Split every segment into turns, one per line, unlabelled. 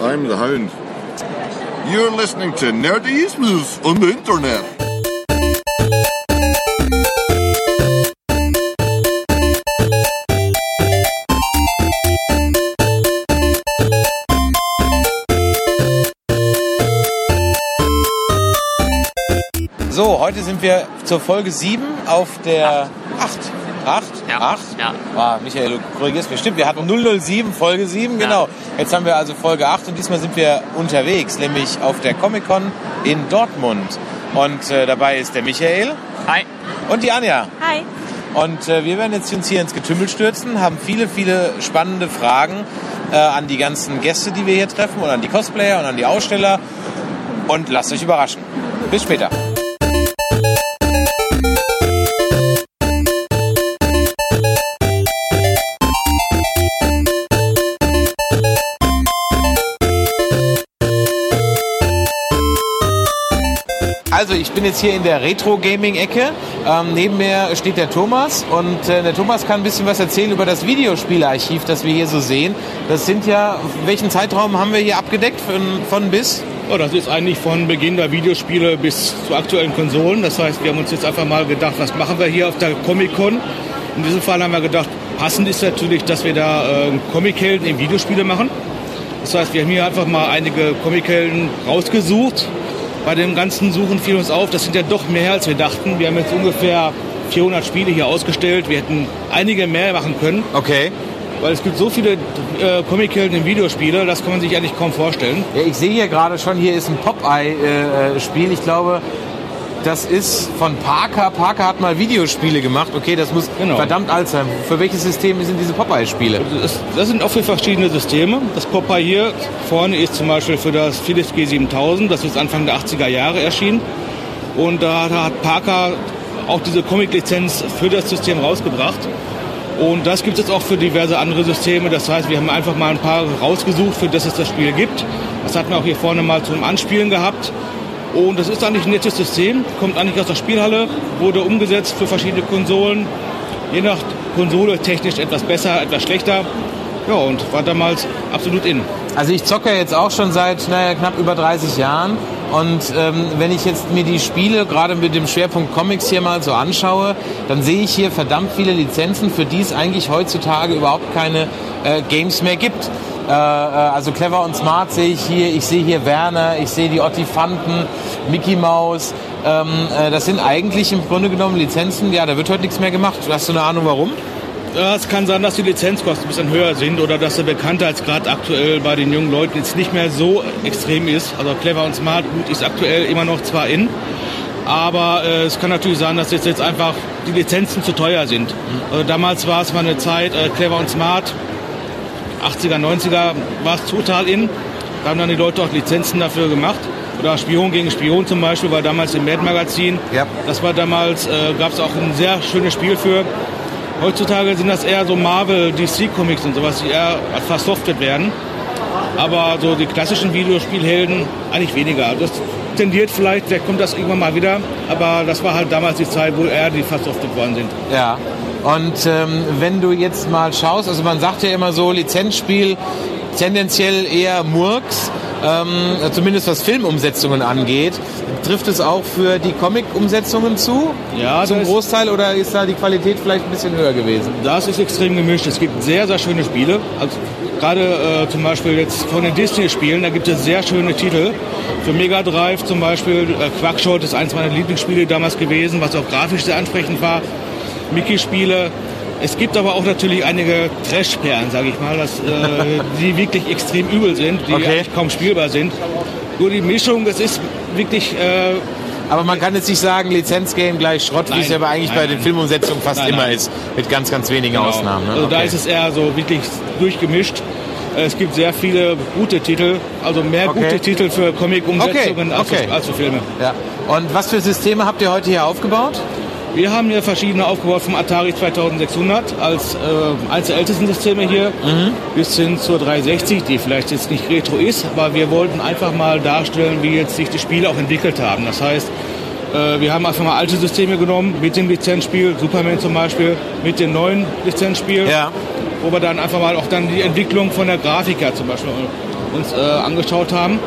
I'm the Hound. You're listening to Nerdyismus on the Internet.
So, heute sind wir zur Folge 7 auf der 8. 8?
Ja,
8?
ja.
Ah, Michael, du korrigierst mich. Stimmt, wir hatten 007, Folge 7,
Ja.
genau. Jetzt haben wir also Folge 8 und diesmal sind wir unterwegs, nämlich auf der Comic-Con in Dortmund. Und äh, dabei ist der Michael
Hi.
und die Anja.
Hi.
Und äh, wir werden jetzt uns hier ins Getümmel stürzen, haben viele, viele spannende Fragen äh, an die ganzen Gäste, die wir hier treffen und an die Cosplayer und an die Aussteller. Und lasst euch überraschen. Bis später. Also ich bin jetzt hier in der Retro-Gaming-Ecke. Ähm, neben mir steht der Thomas und äh, der Thomas kann ein bisschen was erzählen über das Videospielarchiv, das wir hier so sehen. Das sind ja, welchen Zeitraum haben wir hier abgedeckt von, von bis?
Ja, das ist eigentlich von Beginn der Videospiele bis zu aktuellen Konsolen. Das heißt, wir haben uns jetzt einfach mal gedacht, was machen wir hier auf der Comic-Con? In diesem Fall haben wir gedacht, passend ist natürlich, dass wir da äh, Comic-Helden in Videospiele machen. Das heißt, wir haben hier einfach mal einige Comic-Helden rausgesucht. Bei dem ganzen Suchen fiel uns auf, das sind ja doch mehr als wir dachten. Wir haben jetzt ungefähr 400 Spiele hier ausgestellt. Wir hätten einige mehr machen können,
Okay.
weil es gibt so viele äh, Comic-Helden in Videospiele, das kann man sich eigentlich kaum vorstellen.
Ja, ich sehe hier gerade schon, hier ist ein Popeye-Spiel. äh, ich glaube, das ist von Parker. Parker hat mal Videospiele gemacht. Okay, das muss
Genau.
verdammt alt sein. Für welches System sind diese Popeye-Spiele?
Das, Also das sind auch für verschiedene Systeme. Das Popeye hier vorne ist zum Beispiel für das Philips G7000, das ist Anfang der 80er Jahre erschienen. Und da, da hat Parker auch diese Comic-Lizenz für das System rausgebracht. Und das gibt es jetzt auch für diverse andere Systeme. Das heißt, wir haben einfach mal ein paar rausgesucht, für das es das Spiel gibt. Das hatten wir auch hier vorne mal zum Anspielen gehabt. Und das ist eigentlich ein nettes System, kommt eigentlich aus der Spielhalle, wurde umgesetzt für verschiedene Konsolen. Je nach Konsole technisch etwas besser, etwas schlechter. Ja, und war damals absolut in.
Also ich zocke jetzt auch schon seit naja, knapp über 30 Jahren und ähm, wenn ich jetzt mir die Spiele gerade mit dem Schwerpunkt Comics hier mal so anschaue, dann sehe ich hier verdammt viele Lizenzen, für die es eigentlich heutzutage überhaupt keine äh, Games mehr gibt. Äh, äh, also Clever und Smart sehe ich hier, ich sehe hier Werner, ich sehe die Ottifanten, Mickey Mouse. Ähm, äh, das sind eigentlich im Grunde genommen Lizenzen, ja, da wird heute nichts mehr gemacht. Hast du eine Ahnung warum?
Ja, es kann sein, dass die Lizenzkosten ein bisschen höher sind oder dass der Bekanntheitsgrad aktuell bei den jungen Leuten jetzt nicht mehr so extrem ist. Also clever und smart, gut ist aktuell immer noch zwar in, aber äh, es kann natürlich sein, dass jetzt, jetzt einfach die Lizenzen zu teuer sind.
Mhm.
Also damals war es mal eine Zeit, äh, clever und smart, 80er, 90er war es total in. Da haben dann die Leute auch Lizenzen dafür gemacht. Oder Spion gegen Spion zum Beispiel war damals im Mad Magazin.
Ja.
Das war damals, äh, gab es auch ein sehr schönes Spiel für. Heutzutage sind das eher so Marvel, DC Comics und sowas, die eher versoftet werden. Aber so die klassischen Videospielhelden eigentlich weniger. Also Das tendiert vielleicht, vielleicht kommt das irgendwann mal wieder. Aber das war halt damals die Zeit, wo eher die versoftet worden sind.
Ja. Und ähm, wenn du jetzt mal schaust, also man sagt ja immer so, Lizenzspiel tendenziell eher Murks, ähm, zumindest was Filmumsetzungen angeht. Trifft es auch für die Comic-Umsetzungen zu?
Ja,
Zum
das-
Großteil oder ist da die Qualität vielleicht ein bisschen höher gewesen?
Das ist extrem gemischt. Es gibt sehr, sehr schöne Spiele. Also gerade äh, zum Beispiel jetzt von den Disney-Spielen, da gibt es sehr schöne Titel. Für Mega Drive zum Beispiel, äh, Quackshot ist eins meiner Lieblingsspiele damals gewesen, was auch grafisch sehr ansprechend war. Mickey-Spiele. Es gibt aber auch natürlich einige Trash-Perlen, sage ich mal, dass, äh, die wirklich extrem übel sind, die
Okay.
eigentlich kaum spielbar sind. Nur die Mischung, es ist wirklich äh,
Aber man kann jetzt nicht sagen, Lizenzgame gleich Schrott, wie
Nein.
es ja aber eigentlich
Nein,
bei den
nein.
Filmumsetzungen fast
Nein,
immer
nein.
ist, mit ganz, ganz wenigen
Genau.
Ausnahmen. Ne?
Also da
Okay.
ist es eher so wirklich durchgemischt. Äh, Es gibt sehr viele gute Titel, also mehr
Okay.
gute Titel für Comic-Umsetzungen
Okay,
als,
okay.
als für Filme.
ja. Und was für Systeme habt ihr heute hier aufgebaut?
Wir haben hier verschiedene aufgebaut, vom Atari 2600 als äh, eines der ältesten Systeme hier bis hin zur 360, die vielleicht jetzt nicht retro ist, aber wir wollten einfach mal darstellen, wie jetzt sich die Spiele auch entwickelt haben. Das heißt, äh, wir haben einfach mal alte Systeme genommen mit dem Lizenzspiel, Superman zum Beispiel, mit dem neuen Lizenzspiel
Ja.
wo wir dann einfach mal auch dann die Entwicklung von der Grafik her zum Beispiel uns äh, angeschaut haben.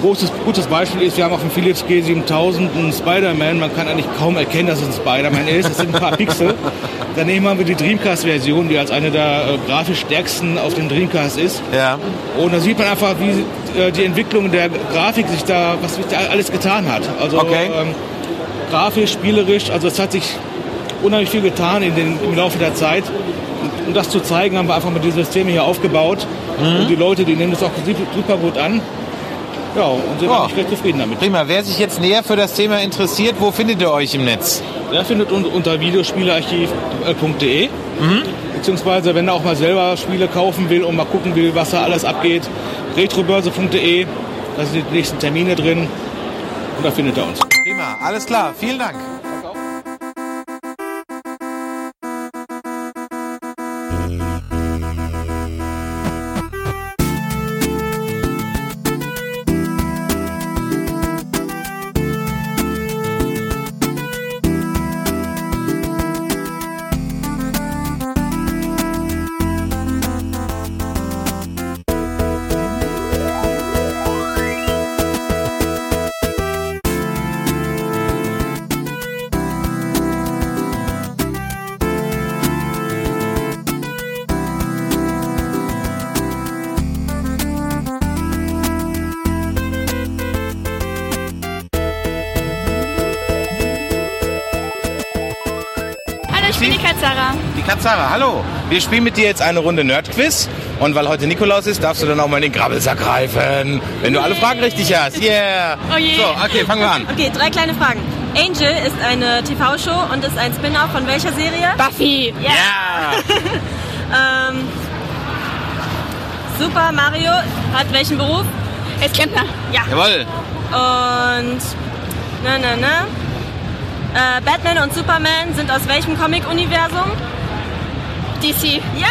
Großes, gutes Beispiel ist, wir haben auf dem Philips G7000 einen Spider-Man. Man kann eigentlich kaum erkennen, dass es ein Spider-Man ist. Es sind ein paar Pixel. Daneben haben wir die Dreamcast-Version, die als eine der äh, grafisch stärksten auf dem Dreamcast ist.
Ja.
Und da sieht man einfach, wie äh, die Entwicklung der Grafik sich da, was sich da alles getan hat. Also
Okay.
ähm, grafisch, spielerisch, also es hat sich unheimlich viel getan in den, im Laufe der Zeit. Und um das zu zeigen, haben wir einfach mit diesem System hier aufgebaut.
Mhm.
Und die Leute, die nehmen das auch super, super gut an. Ja, und sind
Ja.
eigentlich recht zufrieden damit.
Prima. Wer sich jetzt näher für das Thema interessiert, wo findet ihr euch im Netz?
Der findet uns unter videospielearchiv.de.
Mhm.
Beziehungsweise, wenn er auch mal selber Spiele kaufen will und mal gucken will, was da alles abgeht, retrobörse.de. Da sind die nächsten Termine drin. Und da findet er uns.
Prima. Alles klar. Vielen Dank.
Hallo, ich bin die Kat Sarah.
Die Katzara, hallo. Wir spielen mit dir jetzt eine Runde Nerdquiz. Und weil heute Nikolaus ist, darfst du dann auch mal in den Grabbelsack greifen. Wenn du alle Fragen richtig hast. Yeah.
Oh je.
So, okay, fangen wir an.
Okay, drei kleine Fragen. Angel ist eine TV-Show und ist ein Spin-off von welcher Serie?
Buffy. Ja.
Ja.
Ähm, Super Mario hat welchen Beruf?
Es Klempner. Ja.
Jawohl.
Und ne ne ne. Äh, Batman und Superman sind aus welchem Comic-Universum?
DC.
Ja!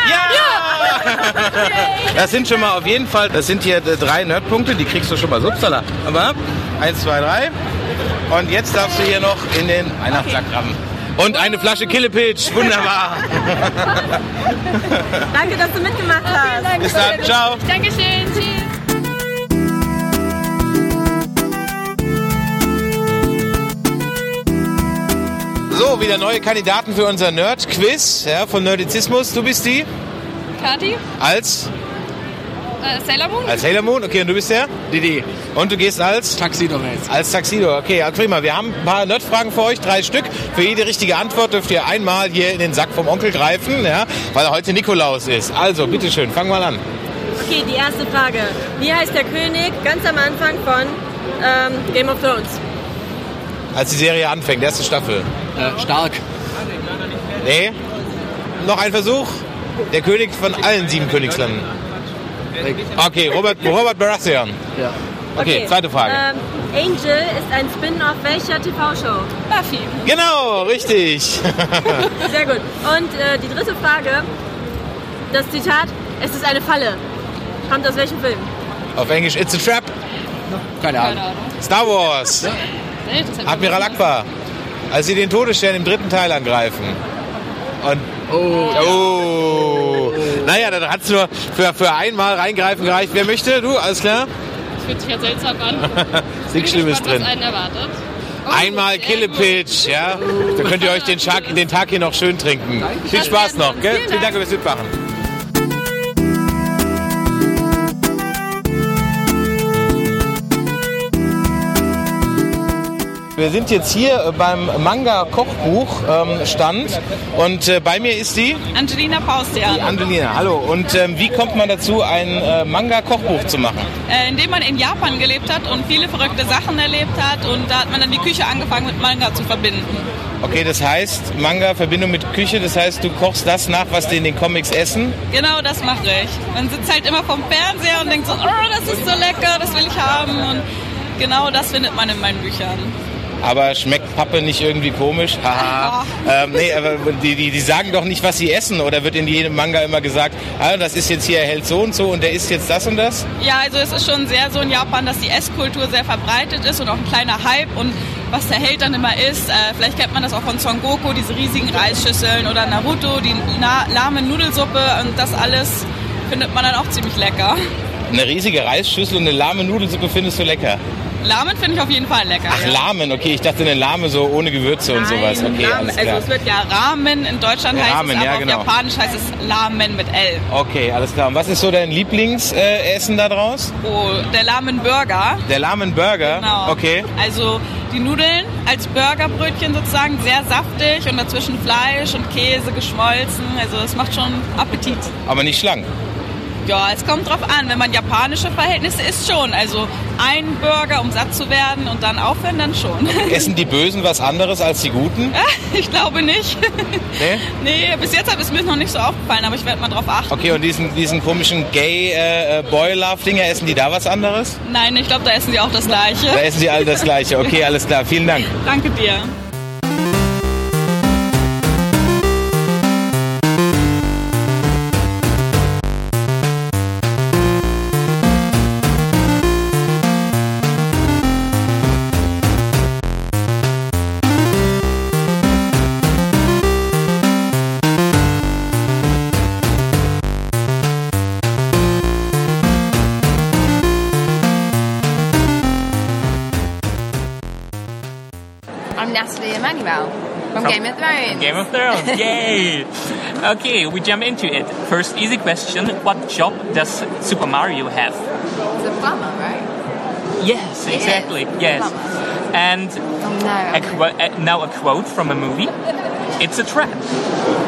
Das sind schon mal auf jeden Fall, das sind hier äh, drei Nerdpunkte, die kriegst du schon mal. Upsala. Aber eins, zwei, drei. Und jetzt darfst du hier noch in den Weihnachtssack rammen. Und eine Flasche Killepitch. Wunderbar.
Danke, dass du mitgemacht hast.
Bis dann. Ciao.
Dankeschön. Tschüss.
So, wieder neue Kandidaten für unser Nerd-Quiz ja, von Nerdizismus. Du bist die
Kati.
als,
Äh, Sailor Moon.
als Sailor Moon. Okay, und du bist der? Didi. Und du gehst als?
Tuxedo Mask.
Als Taxido, okay, ja, prima. Wir haben ein paar Nerd-Fragen für euch, drei Stück. Für jede richtige Antwort dürft ihr einmal hier in den Sack vom Onkel greifen, ja, weil heute Nikolaus ist. Also, bitteschön, fang mal an.
Okay, die erste Frage. Wie heißt der König ganz am Anfang von ähm, Game of Thrones?
Als die Serie anfängt, erste Staffel.
Äh, stark.
Nee? Noch ein Versuch? Der König von allen sieben Königslanden. Okay, Robert, Robert Baratheon.
Ja.
Okay, zweite Frage.
Ähm, Angel ist ein Spin-off welcher TV-Show?
Buffy.
Genau, richtig.
Sehr gut. Und äh, die dritte Frage, das Zitat, es ist eine Falle. Kommt aus welchem Film?
Auf Englisch, it's a trap.
Keine
Keine
Ahnung.
Ahnung.
Star Wars.
Nee, das hab ich
Admiral Akbar. Als sie den Todesstern im dritten Teil angreifen. Und. Oh. Naja, dann hat's nur für, für einmal reingreifen gereicht. Wer möchte? Du? Alles klar?
Das fühlt sich ja seltsam an.
Ist nichts Schlimmes
gespannt,
drin.
Was einen erwartet. Oh,
Einmal
sehr
Killepitch, ja? Da könnt ihr euch den, Tag- den Tag hier noch schön trinken. Viel Spaß noch, gell?
Vielen
Vielen Dank
Dank.
fürs Mitmachen. Wir sind jetzt hier äh, beim Manga-Kochbuch-Stand und äh, bei mir ist die
Angelina Paustian,
Angelina. Hallo. Und ähm, wie kommt man dazu, ein äh, Manga-Kochbuch zu machen?
äh, indem man in Japan gelebt hat und viele verrückte Sachen erlebt hat und da hat man dann die Küche angefangen mit Manga zu verbinden.
Okay, das heißt Manga Verbindung mit Küche, das heißt du kochst das nach, was die in den Comics essen.
Genau das mache ich. Man sitzt halt immer vom Fernseher und denkt so, oh, das ist so lecker, das will ich haben und genau das findet man in meinen Büchern.
Aber schmeckt Pappe nicht irgendwie komisch? Haha. ähm, nee, aber die, die, die sagen doch nicht, was sie essen. Oder wird in jedem Manga immer gesagt, ah, das ist jetzt hier, er hält so und so und der isst jetzt das und das?
Ja, also es ist schon sehr so in Japan, dass die Esskultur sehr verbreitet ist und auch ein kleiner Hype und was der Held dann immer ist. Äh, vielleicht kennt man das auch von Son Goku, diese riesigen Reisschüsseln oder Naruto, die na lahme Nudelsuppe und das alles findet man dann auch ziemlich lecker.
Eine riesige Reisschüssel und eine lahme Nudelsuppe findest du lecker.
Lamen finde ich auf jeden Fall lecker.
Ach,
ja.
Lamen, okay. Ich dachte, eine Lahme so ohne Gewürze und sowas.
Nein,
Okay,
Ramen.
alles klar.
Also es wird ja Ramen in Deutschland heißt
Ramen,
es, aber
ja, genau.
auf Japanisch heißt es Ramen mit L.
Okay, alles klar. Und was ist so dein Lieblingsessen äh, Essen da draus?
Oh, der Ramen Burger.
Der Lahmen Burger?
Genau.
Okay.
Also die Nudeln als Burgerbrötchen sozusagen sehr saftig und dazwischen Fleisch und Käse geschmolzen. Also das macht schon Appetit.
Aber nicht schlank.
Ja, es kommt drauf an. Wenn man japanische Verhältnisse isst schon. Also ein Burger, um satt zu werden und dann aufhören, dann schon.
Essen die Bösen was anderes als die Guten?
ich glaube nicht.
Nee?
Nee, bis jetzt ist mir noch nicht so aufgefallen, aber ich werde mal drauf achten.
Okay, und diesen, diesen komischen gay äh, äh, boy love dinger essen die da was anderes?
Nein, ich glaube, da essen sie auch das Gleiche.
Da essen sie alle das Gleiche. Okay, alles klar. Vielen Dank.
Danke dir.
I'm Natalie Emmanuel from, Game of Thrones.
Game of Thrones, yay! Okay, we jump into it. First easy question, what job does Super Mario have?
It's a plumber, right?
Yes,
Yes.
exactly, yes. And
Oh no.
Äh.
a qu- a, now a quote from a movie. It's a trap.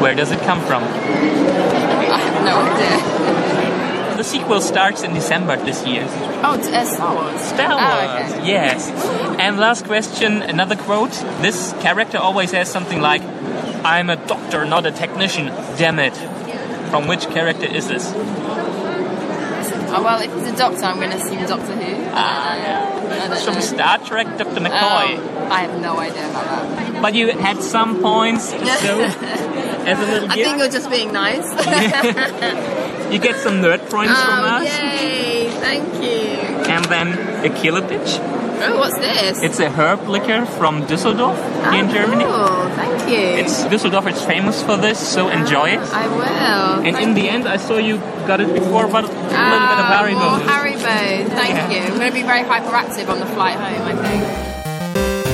Where does it come from?
I have no idea.
The sequel starts in December this year.
Oh, it's uh, Star Wars.
Star Wars,
Oh, okay.
yes. And last question, another quote. This character always says something like, I'm a doctor, not a technician, damn it. From which character is this?
Oh, well, if he's a doctor, I'm going to assume Doctor Who. I don't know.
From Ah, Star Trek, Dr. McCoy.
Oh, I have no idea about that.
But you had some points, so as a little
I think
gift,
you're just being nice.
you get some nerd points from
oh,
us,
yay! Thank you.
and then a killer pitch.
Oh, what's this?
It's a herb liquor from Düsseldorf
oh,
in Germany.
Cool. Thank you.
It's Düsseldorf is famous for this, so
Ah.
enjoy it.
I will.
And in the end, I saw you got it before, but a little bit of
Oh, Ah,
Haribo.
more Haribo. Thank
Yeah.
you. I'm going to be very hyperactive on the flight home, I think.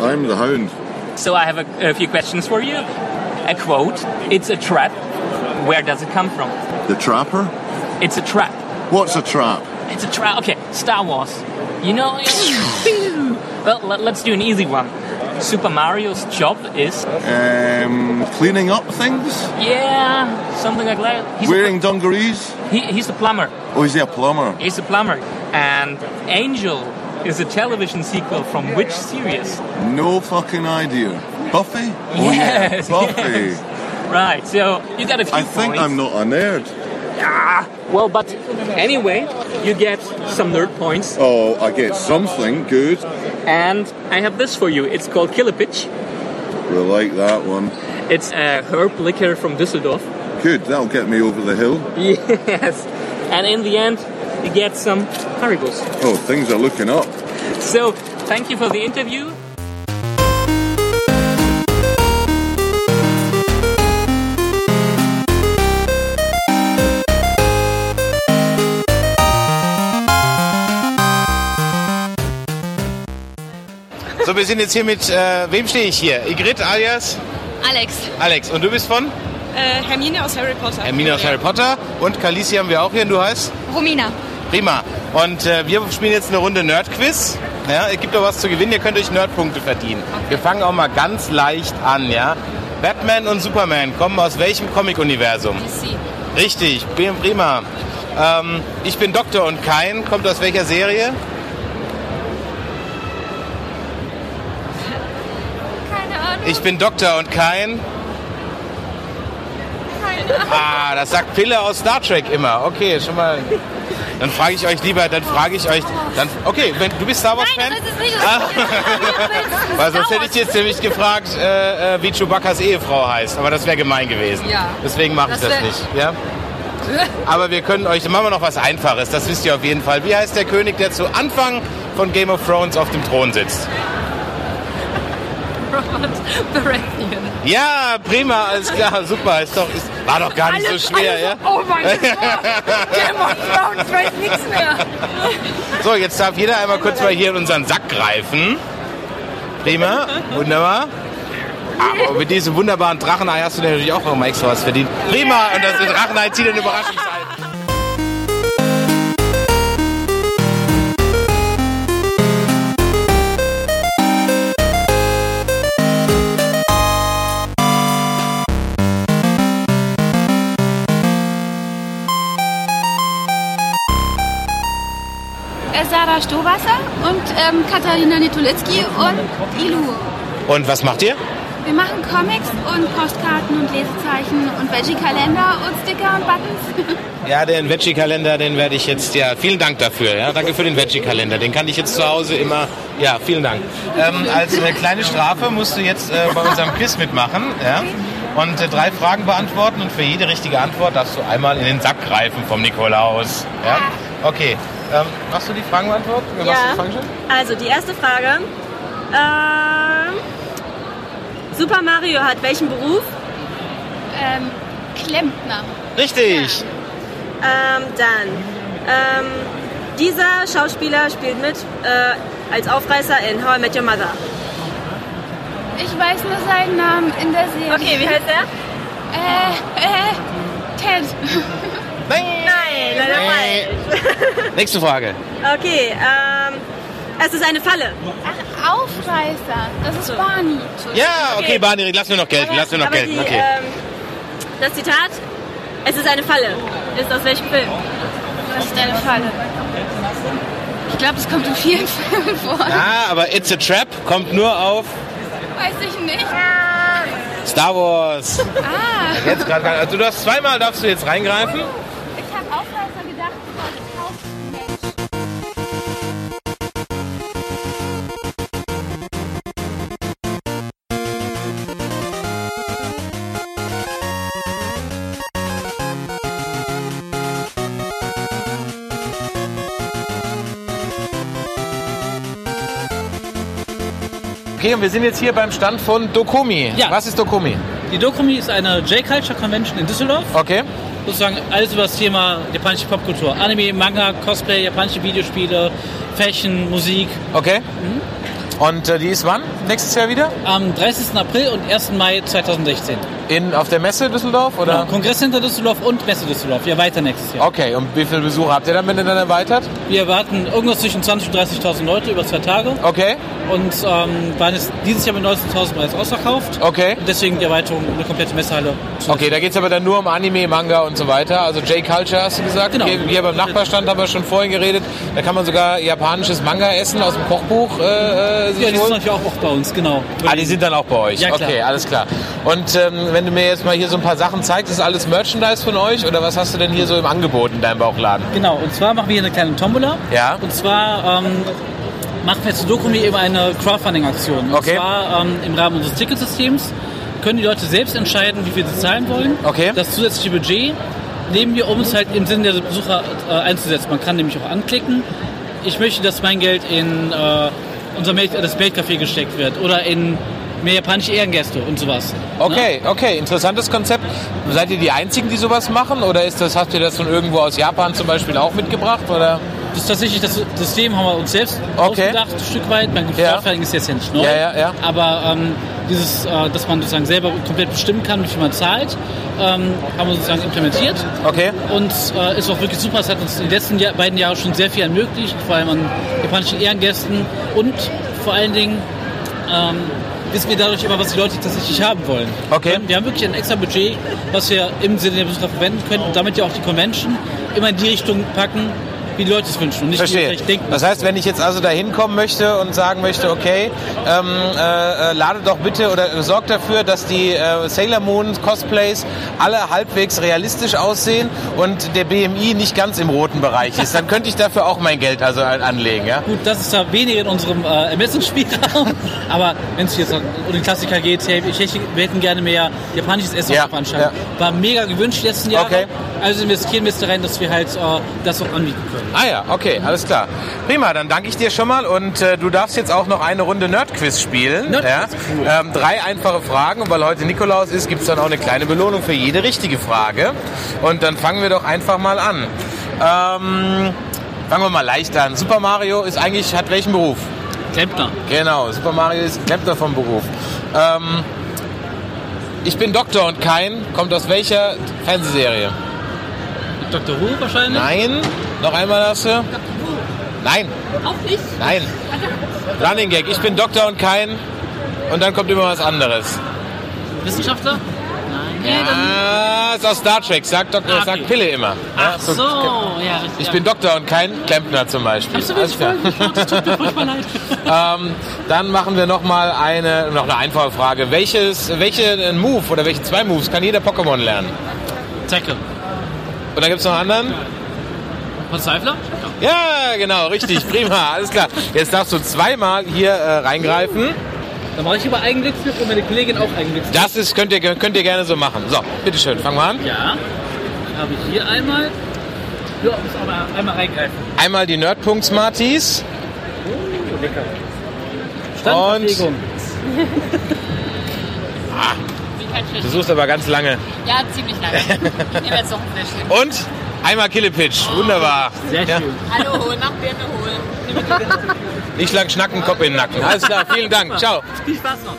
I'm the hound.
So I have a, a few questions for you. A quote: "It's a trap. Where does it come from?
The trapper?
It's a trap.
What's a trap?
It's a trap. Okay, Star Wars. You know. well, let, let's do an easy one. Super Mario's job is
Um, cleaning up things?
yeah, something like that. He's
Wearing dungarees?
a, he, he's a plumber.
Oh, is he a plumber?
He's a plumber. And Angel is a television sequel from which series?
No fucking idea. Buffy? Oh,
Yes,
Buffy.
yes. Right. So you got a few
I think
points. Ah,
I'm not a nerd.
Well, but anyway, you get some nerd points.
Oh, I get something good.
And I have this for you. It's called Killepitch.
We like that one.
It's a herb liquor from Düsseldorf.
Good, that'll get me over the hill.
Yes. And in the end, you get some Haribos.
Oh, things are looking up.
So, thank you for the interview.
So, wir sind jetzt hier mit, äh, wem stehe ich hier? Igrit alias
Alex.
Alex. Und du bist von?
Äh, Hermine aus Harry Potter.
Ah. Hermine aus Äh, Harry Potter. Und Kalisi haben wir auch hier. Und du heißt?
Romina.
Prima. Und äh, wir spielen jetzt eine Runde Nerd-Quiz. Ja, es gibt doch was zu gewinnen. Ihr könnt euch Nerdpunkte verdienen. Wir fangen auch mal ganz leicht an, ja? Batman und Superman kommen aus welchem Comic-Universum? Richtig, bin prima. Ähm, ich bin Doktor und kein. Kommt aus welcher Serie?
Keine Ahnung.
Ich bin Doktor und kein. Ah, das sagt Pille aus Star Trek immer. Okay, schon mal. Dann frage ich euch lieber, dann frage ich euch, dann okay, wenn du bist Star Wars Fan.
Das ist nicht
Ah.
das Richtige.
Weil sonst hätte ich jetzt nämlich gefragt, äh, äh, wie Chewbacca's Ehefrau heißt. Aber das wäre gemein gewesen.
Ja.
Deswegen mache ich
Das
das
wär-
nicht. Ja? Aber wir können euch, dann machen wir noch was Einfaches. Das wisst ihr auf jeden Fall. Wie heißt der König, der zu Anfang von Game of Thrones auf dem Thron sitzt?
Robert Baratheon.
Ja, prima, alles klar, super. Ist doch, ist, war doch gar nicht
Alles-
so schwer,
alles-
ja?
Oh mein Gott. Game of Thrones weiß nichts mehr.
So, jetzt darf jeder einmal kurz mal hier in unseren Sack greifen. Prima, wunderbar. Aber mit diesem wunderbaren Drachenei hast du dir natürlich auch noch mal extra was verdient. Prima, und das Drachenei zieht eine Überraschung ein.
Äh, Sarah Stowasser und ähm, Katharina Nitulitzki und Ilu.
Und was macht ihr?
Wir machen Comics und Postkarten und Lesezeichen und Veggie-Kalender und Sticker und Buttons.
Ja, den Veggie-Kalender, den werde ich jetzt, ja, vielen Dank dafür. Ja, danke für den Veggie-Kalender. Den kann ich jetzt zu Hause immer, ja, vielen Dank. Ähm, als äh, kleine Strafe musst du jetzt äh, bei unserem Quiz mitmachen, ja. Und äh, drei Fragen beantworten und für jede richtige Antwort darfst du einmal in den Sack greifen vom Nikolaus. Ja? Okay. Ähm, machst du die Fragen beantworten? Äh, machst du die Fragen schon?
Also die erste Frage. Ähm, Super Mario hat welchen Beruf? Ähm, Klempner.
Richtig.
Ähm, dann. Ähm, dieser Schauspieler spielt mit äh, als Aufreißer in How I Met Your Mother.
Ich weiß nur seinen Namen in der Serie.
Okay, wie heißt er?
Äh, äh, Ted.
Nein,
Nein leider
Nee.
falsch.
Nächste Frage.
Okay, ähm, es ist eine Falle.
Ach, Aufreißer. Das ist Barney.
Ja, okay, Barney, lass mir noch gelten, lass mir noch
Aber
gelten.
die,
Okay.
ähm, das Zitat, es ist eine Falle, ist aus welchem Film?
Das ist eine Falle. Ich glaube, das kommt in vielen Filmen vor.
Ja, aber It's a Trap kommt nur auf
Weiß ich nicht.
Star Wars.
Ah.
Jetzt gerade, also du darfst zweimal darfst du jetzt reingreifen.
Ich habe Aufreißer gedacht, das war gekauft.
Okay, und wir sind jetzt hier beim Stand von Dokumi.
Ja.
Was ist Dokumi?
Die Dokumi ist eine J-Culture Convention in Düsseldorf.
Okay.
Sozusagen alles über das Thema japanische Popkultur. Anime, Manga, Cosplay, japanische Videospiele, Fashion, Musik.
Okay. Und äh, die ist wann? Nächstes Jahr wieder?
Am 30. April und 1. Mai 2016.
In, auf der Messe Düsseldorf? Oder?
Genau, Kongress hinter Düsseldorf und Messe Düsseldorf. Wir weiter nächstes Jahr.
Okay, und wie viele Besucher habt ihr dann, wenn ihr dann erweitert?
Wir erwarten irgendwas zwischen 20.000 und 30.000 Leute über zwei Tage.
Okay.
Und ähm, waren jetzt dieses Jahr mit 19.000 bereits ausverkauft.
Okay.
Und deswegen die Erweiterung um eine komplette Messehalle.
Okay, da geht es aber dann nur um Anime, Manga und so weiter. Also J-Culture hast du gesagt.
Genau.
Hier, hier beim Nachbarstand haben wir schon vorhin geredet. Da kann man sogar japanisches Manga essen aus dem Kochbuch. Äh, äh, sich
Ja, die sind
holen.
natürlich auch, auch bei uns, genau.
Ah, die sind dann auch bei euch.
Ja, klar.
Okay, alles klar. Und ähm, wenn du mir jetzt mal hier so ein paar Sachen zeigst, ist alles Merchandise von euch oder was hast du denn hier so im Angebot in deinem Bauchladen?
Genau, und zwar machen wir hier eine kleine Tombola.
Ja.
Und zwar ähm, machen wir zu Dokumi eben eine Crowdfunding-Aktion.
Okay.
Und zwar ähm, im Rahmen unseres Ticketsystems können die Leute selbst entscheiden, wie viel sie zahlen wollen.
Okay.
Das zusätzliche Budget nehmen wir, um es halt im Sinne der Besucher äh, einzusetzen. Man kann nämlich auch anklicken, ich möchte, dass mein Geld in äh, unser Meld das Meldcafé gesteckt wird oder in mehr japanische Ehrengäste und sowas. ne?
Okay, okay, interessantes Konzept. Seid ihr die Einzigen, die sowas machen oder ist das, habt ihr das von irgendwo aus Japan zum Beispiel auch mitgebracht? Oder?
Das ist tatsächlich das System, haben wir uns selbst ausgedacht, ein Stück weit. Mein
Ja.
Crowdfunding ist jetzt ja nicht neu.
Ja, ja, ja.
Aber ähm, dieses, äh, dass man sozusagen selber komplett bestimmen kann, wie viel man zahlt, ähm, haben wir sozusagen implementiert.
Okay.
Und äh, ist auch wirklich super. Es hat uns in den letzten Jahr, beiden Jahren schon sehr viel ermöglicht, vor allem an japanischen Ehrengästen. Und vor allen Dingen ähm, wissen wir dadurch immer, was die Leute tatsächlich haben wollen. Okay. Wir haben wirklich ein extra Budget, was wir im Sinne der Besucher verwenden können und damit ja auch die Convention immer in die Richtung packen, wie die Leute es wünschen und nicht wie wir
Verstehe.
vielleicht denken.
Das heißt, wenn ich jetzt also da hinkommen möchte und sagen möchte, okay, ähm, äh, äh, lade doch bitte oder äh, sorgt dafür, dass die äh, Sailor Moon Cosplays alle halbwegs realistisch aussehen und der BMI nicht ganz im roten Bereich ist, dann könnte ich dafür auch mein Geld also an- anlegen, ja?
Gut, das ist da weniger in unserem äh, Ermessensspielraum, aber wenn es jetzt um den Klassiker geht, hey, ich hätte, wir hätten gerne mehr japanisches Essen auf der Veranstaltung. War mega gewünscht die letzten Jahre. Also investieren wir jetzt darin, dass wir halt äh, das auch anbieten können.
Ah ja, okay, alles klar. Prima, dann danke ich dir schon mal und äh, du darfst jetzt auch noch eine Runde Nerdquiz spielen. ja? ähm, drei einfache Fragen und weil heute Nikolaus ist, gibt es dann auch eine kleine Belohnung für jede richtige Frage. Und dann fangen wir doch einfach mal an. Ähm, fangen wir mal leicht an. Super Mario ist eigentlich, hat welchen Beruf?
Klempner.
Genau, Super Mario ist Klempner vom Beruf. Ähm, ich bin Doktor und kein, kommt aus welcher Fernsehserie?
Dr. Who wahrscheinlich?
Nein. Noch einmal darfst du? Nein.
Auch nicht?
Nein. Running Gag. Ich bin Doktor und kein. Und dann kommt immer was anderes.
Wissenschaftler?
Ja, Ah, ist aus Star Trek. Sagt,
Ah,
Doktor, sagt Pille immer. Ja,
Ach so, ja, richtig.
Ich bin Doktor und kein Klempner zum Beispiel.
Habst du mir
Alles klar.
Tut mir furchtbar leid.
ähm, dann machen wir nochmal eine, noch eine einfache Frage. Welches, welche äh, Move oder welche zwei Moves kann jeder Pokémon lernen?
Tackle.
Und dann gibt es noch einen anderen?
Verzweifler?
Ja, genau, richtig, prima, alles klar. Jetzt darfst du zweimal hier äh, reingreifen.
Dann mache ich über einen Glücksgriff und meine Kollegin auch einen Glücksgriff.
Das ist, könnt ihr, könnt ihr gerne so machen. So, bitteschön, fangen wir an.
Ja. Dann habe ich hier einmal. Ja, muss aber einmal reingreifen.
Einmal die Nerdpunkts Martis.
lecker.
Und
Standbewegung.
ah, du suchst aber ganz lange.
Ja, ziemlich lange. Ich nehme jetzt noch einen Fisch.
Und einmal Killepitch. Wunderbar. Sehr schön. Ja.
Hallo, holen, nach Birne holen.
Nicht lang schnacken, Kopf in den Nacken. Alles klar, vielen Dank. Ciao.
Viel Spaß noch.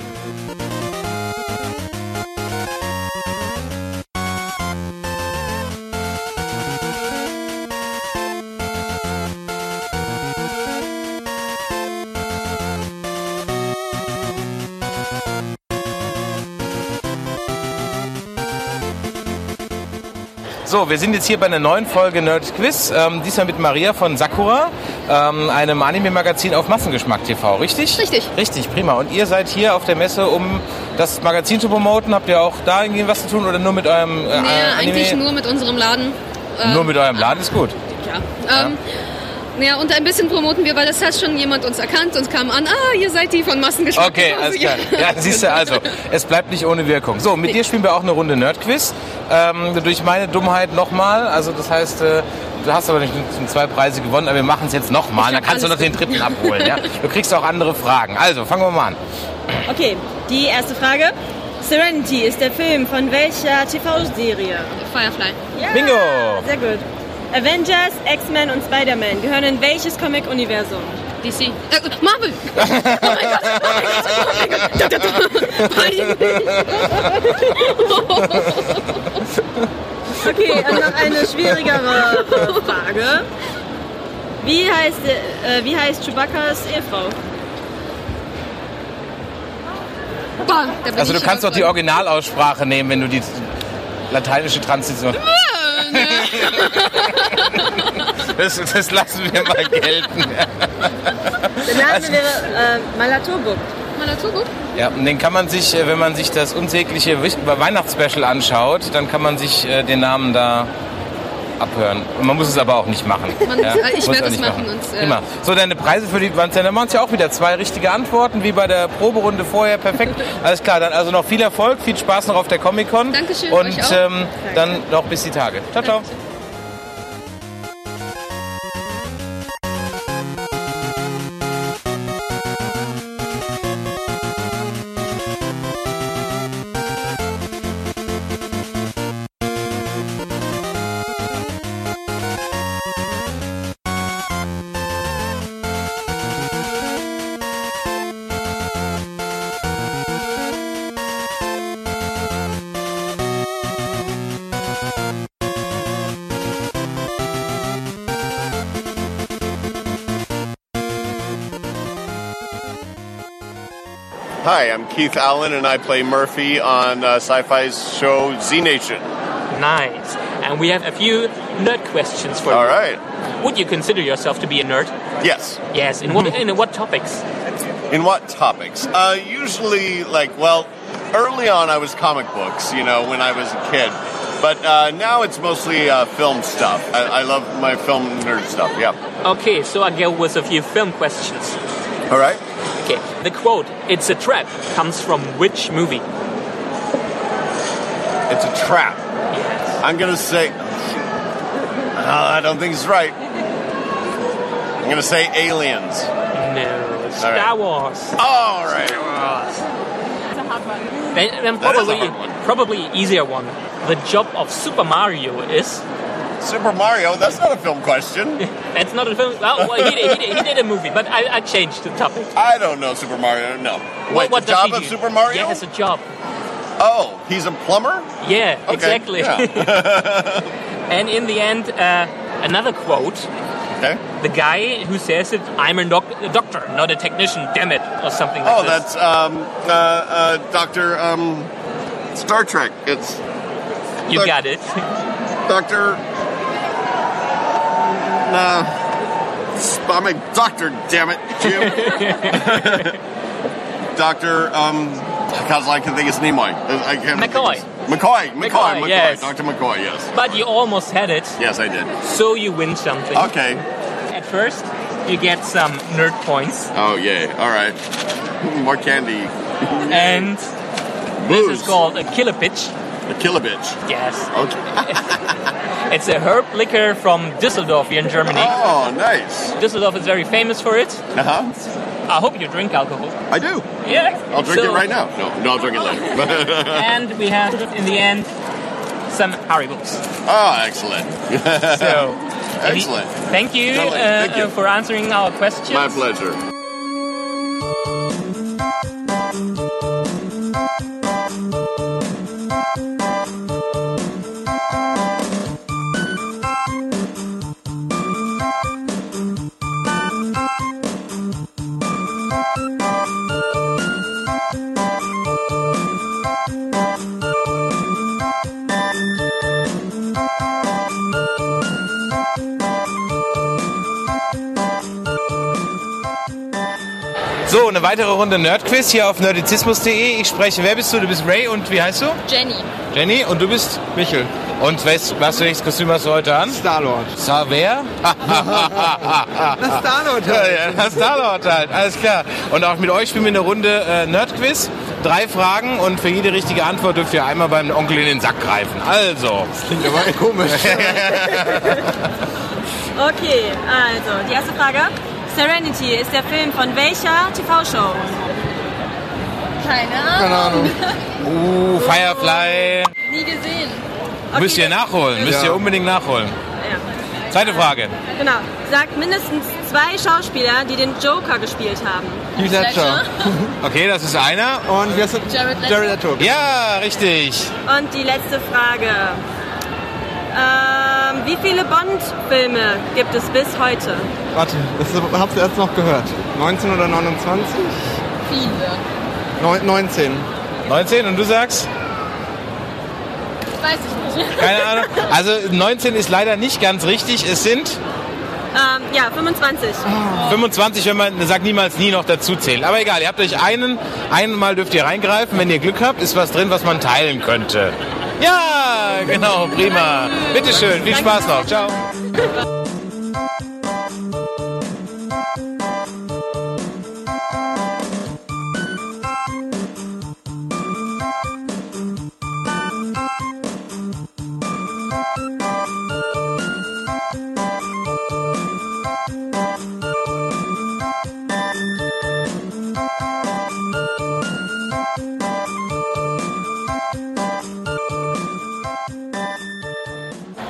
So, wir sind jetzt hier bei einer neuen Folge Nerd Quiz. Ähm, diesmal mit Maria von Sakura, ähm, einem Anime-Magazin auf Massengeschmack TV, richtig? Richtig. Richtig, prima. Und ihr seid hier auf der Messe, um das Magazin zu promoten. Habt ihr auch da irgendwie was zu tun oder nur mit eurem äh,
Nee,
Anime?
eigentlich nur mit unserem Laden. Ähm,
Nur mit eurem Laden ist gut.
ja. Ähm, naja, und ein bisschen promoten wir, weil das hat schon jemand uns erkannt und kam an, ah, ihr seid die von Massengeschmack.
Okay,
Also,
alles
ja.
klar. Ja, siehst du, also, es bleibt nicht ohne Wirkung. So, mit dir spielen wir auch eine Runde Nerdquiz. Ähm, durch meine Dummheit nochmal. Also, das heißt, äh, du hast aber nicht schon zwei Preise gewonnen, aber wir machen es jetzt nochmal. Dann kannst du noch
alles
den dritten abholen. Ja? Du kriegst auch andere Fragen. Also, fangen wir mal an.
Okay, die erste Frage. Serenity ist der Film von welcher TV-Serie?
Firefly.
Ja,
Bingo!
Sehr gut. Avengers, X-Men und Spider-Man gehören in welches Comic-Universum? DC.
Äh, Marvel!
Okay, und noch eine schwierigere Frage. Wie heißt, äh, wie heißt Chewbacca's Ehefrau?
Also, du kannst doch die Originalaussprache nehmen, wenn du die lateinische Transition.
Äh.
Das, das lassen wir mal gelten. Also,
Der Name wäre äh, Malaturbuk.
Malaturbuk?
Ja, und den kann man sich, äh, wenn man sich das unsägliche Wich- bei Weihnachtsspecial anschaut, dann kann man sich äh, den Namen da abhören. Und man muss es aber auch nicht machen.
Man- äh, ich
muss
werde
auch
es
nicht
machen und, äh,
Prima. So, deine Preise für die waren dann waren es ja auch wieder zwei richtige Antworten, wie bei der Proberunde vorher. Perfekt. Alles klar, dann also noch viel Erfolg, viel Spaß noch auf der Comic-Con.
Dankeschön,
Und
euch auch.
Ähm, dann noch bis die Tage. Ciao, ciao.
Hi, I'm Keith Allen, and I play Murphy on uh, Sci-Fi's show Z Nation.
Nice. and we have a few nerd questions for you. All right. Would you consider yourself to be a nerd?
Yes.
Yes. In what, in what topics?
In what topics? Uh, usually, like, well, early on I was comic books, you know, when I was a kid. But uh, now it's mostly uh, film stuff. I, I love my film nerd stuff, yeah.
Okay, so I go with a few film questions.
All right.
Okay. The quote, it's a trap, comes from which movie?
It's a trap. I'm going to say. Uh, I don't think it's right. I'm going to say aliens.
No.
All
Star
right.
Wars.
All right.
a hard one.
Then, then
That
Also,
is a
probably probably easier one. The job of Super Mario is.
Super Mario. That's not a film question.
That's not a film. Well, well, he, did, he, did, he did a movie, but I, I changed the topic.
I don't know Super Mario. No.
What-
Wait,
what
the
does
job
he
of
do?
Super Mario?
Yeah, has a job.
Oh, he's a plumber.
Yeah,
Okay,
exactly.
yeah.
and in the end, uh, another quote. The guy who says it, I'm a, doc- a doctor, not a technician, damn it, or something like
Oh,
this.
that's um, uh, uh, Doctor um, Star Trek. It's
You got it.
Doctor. Nah, I'm a doctor. Damn it, Jim. Doctor. Um, because I can think it's Nimoy. I can't
McCoy.
McCoy. McCoy.
McCoy,
McCoy.
yes.
Doctor McCoy. Yes.
But you almost had it.
Yes, I did.
So you win something.
Okay.
At first, you get some nerd points.
Oh yeah. All right. More candy.
And this is called a killer pitch.
A killer bitch.
Yes.
Okay.
it's a herb liquor from Düsseldorf here in Germany.
Oh, nice.
Düsseldorf is very famous for it.
Uh huh.
I hope you drink alcohol.
I do.
Yeah.
I'll drink
So-
it right now. No, no, I'll drink it later.
And we have, in the end, some Haribos.
oh, excellent.
So,
excellent.
Thank you,
Totally.
uh,
Thank you.
uh, for answering our questions.
My pleasure.
So, eine weitere Runde Nerdquiz hier auf nerdizismus.de. Ich spreche, wer bist du? Du bist Ray und wie heißt du?
Jenny.
Jenny und du bist? Michel. Und weißt, was, welches Kostüm hast du heute an? Starlord. Star wer?
Na, Star-Lord halt.
Ja, ja, Starlord halt, alles klar. Und auch mit euch spielen wir eine Runde äh, Nerdquiz. Drei Fragen und für jede richtige Antwort dürft ihr einmal beim Onkel in den Sack greifen. Also. Das klingt aber komisch.
Okay, also die erste Frage. Serenity ist der Film von welcher TV-Show?
Keine
Keine Ahnung. Uh, Firefly.
Nie gesehen.
müsst ihr nachholen, müsst ihr unbedingt nachholen. Zweite Frage.
Genau. Sagt mindestens zwei Schauspieler, die den Joker gespielt haben.
Heath Ledger. Okay, das ist einer. Und wir sind
Jared Leto. Jared Leto.
Ja, richtig.
Und die letzte Frage. Ähm, wie viele Bond-Filme gibt es bis heute?
Warte, das habt ihr jetzt noch gehört. 19 oder 29?
Viele.
Neu- 19.
19 und du sagst?
Weiß ich nicht.
Keine Ahnung. Also 19 ist leider nicht ganz richtig. Es sind
Ähm, ja, 25.
Ah. 25, wenn man sagt niemals nie noch dazu zählen. Aber egal, ihr habt euch einen, einmal dürft ihr reingreifen. Wenn ihr Glück habt, ist was drin, was man teilen könnte. Ja, genau, prima. Bitteschön, viel Spaß noch. Ciao.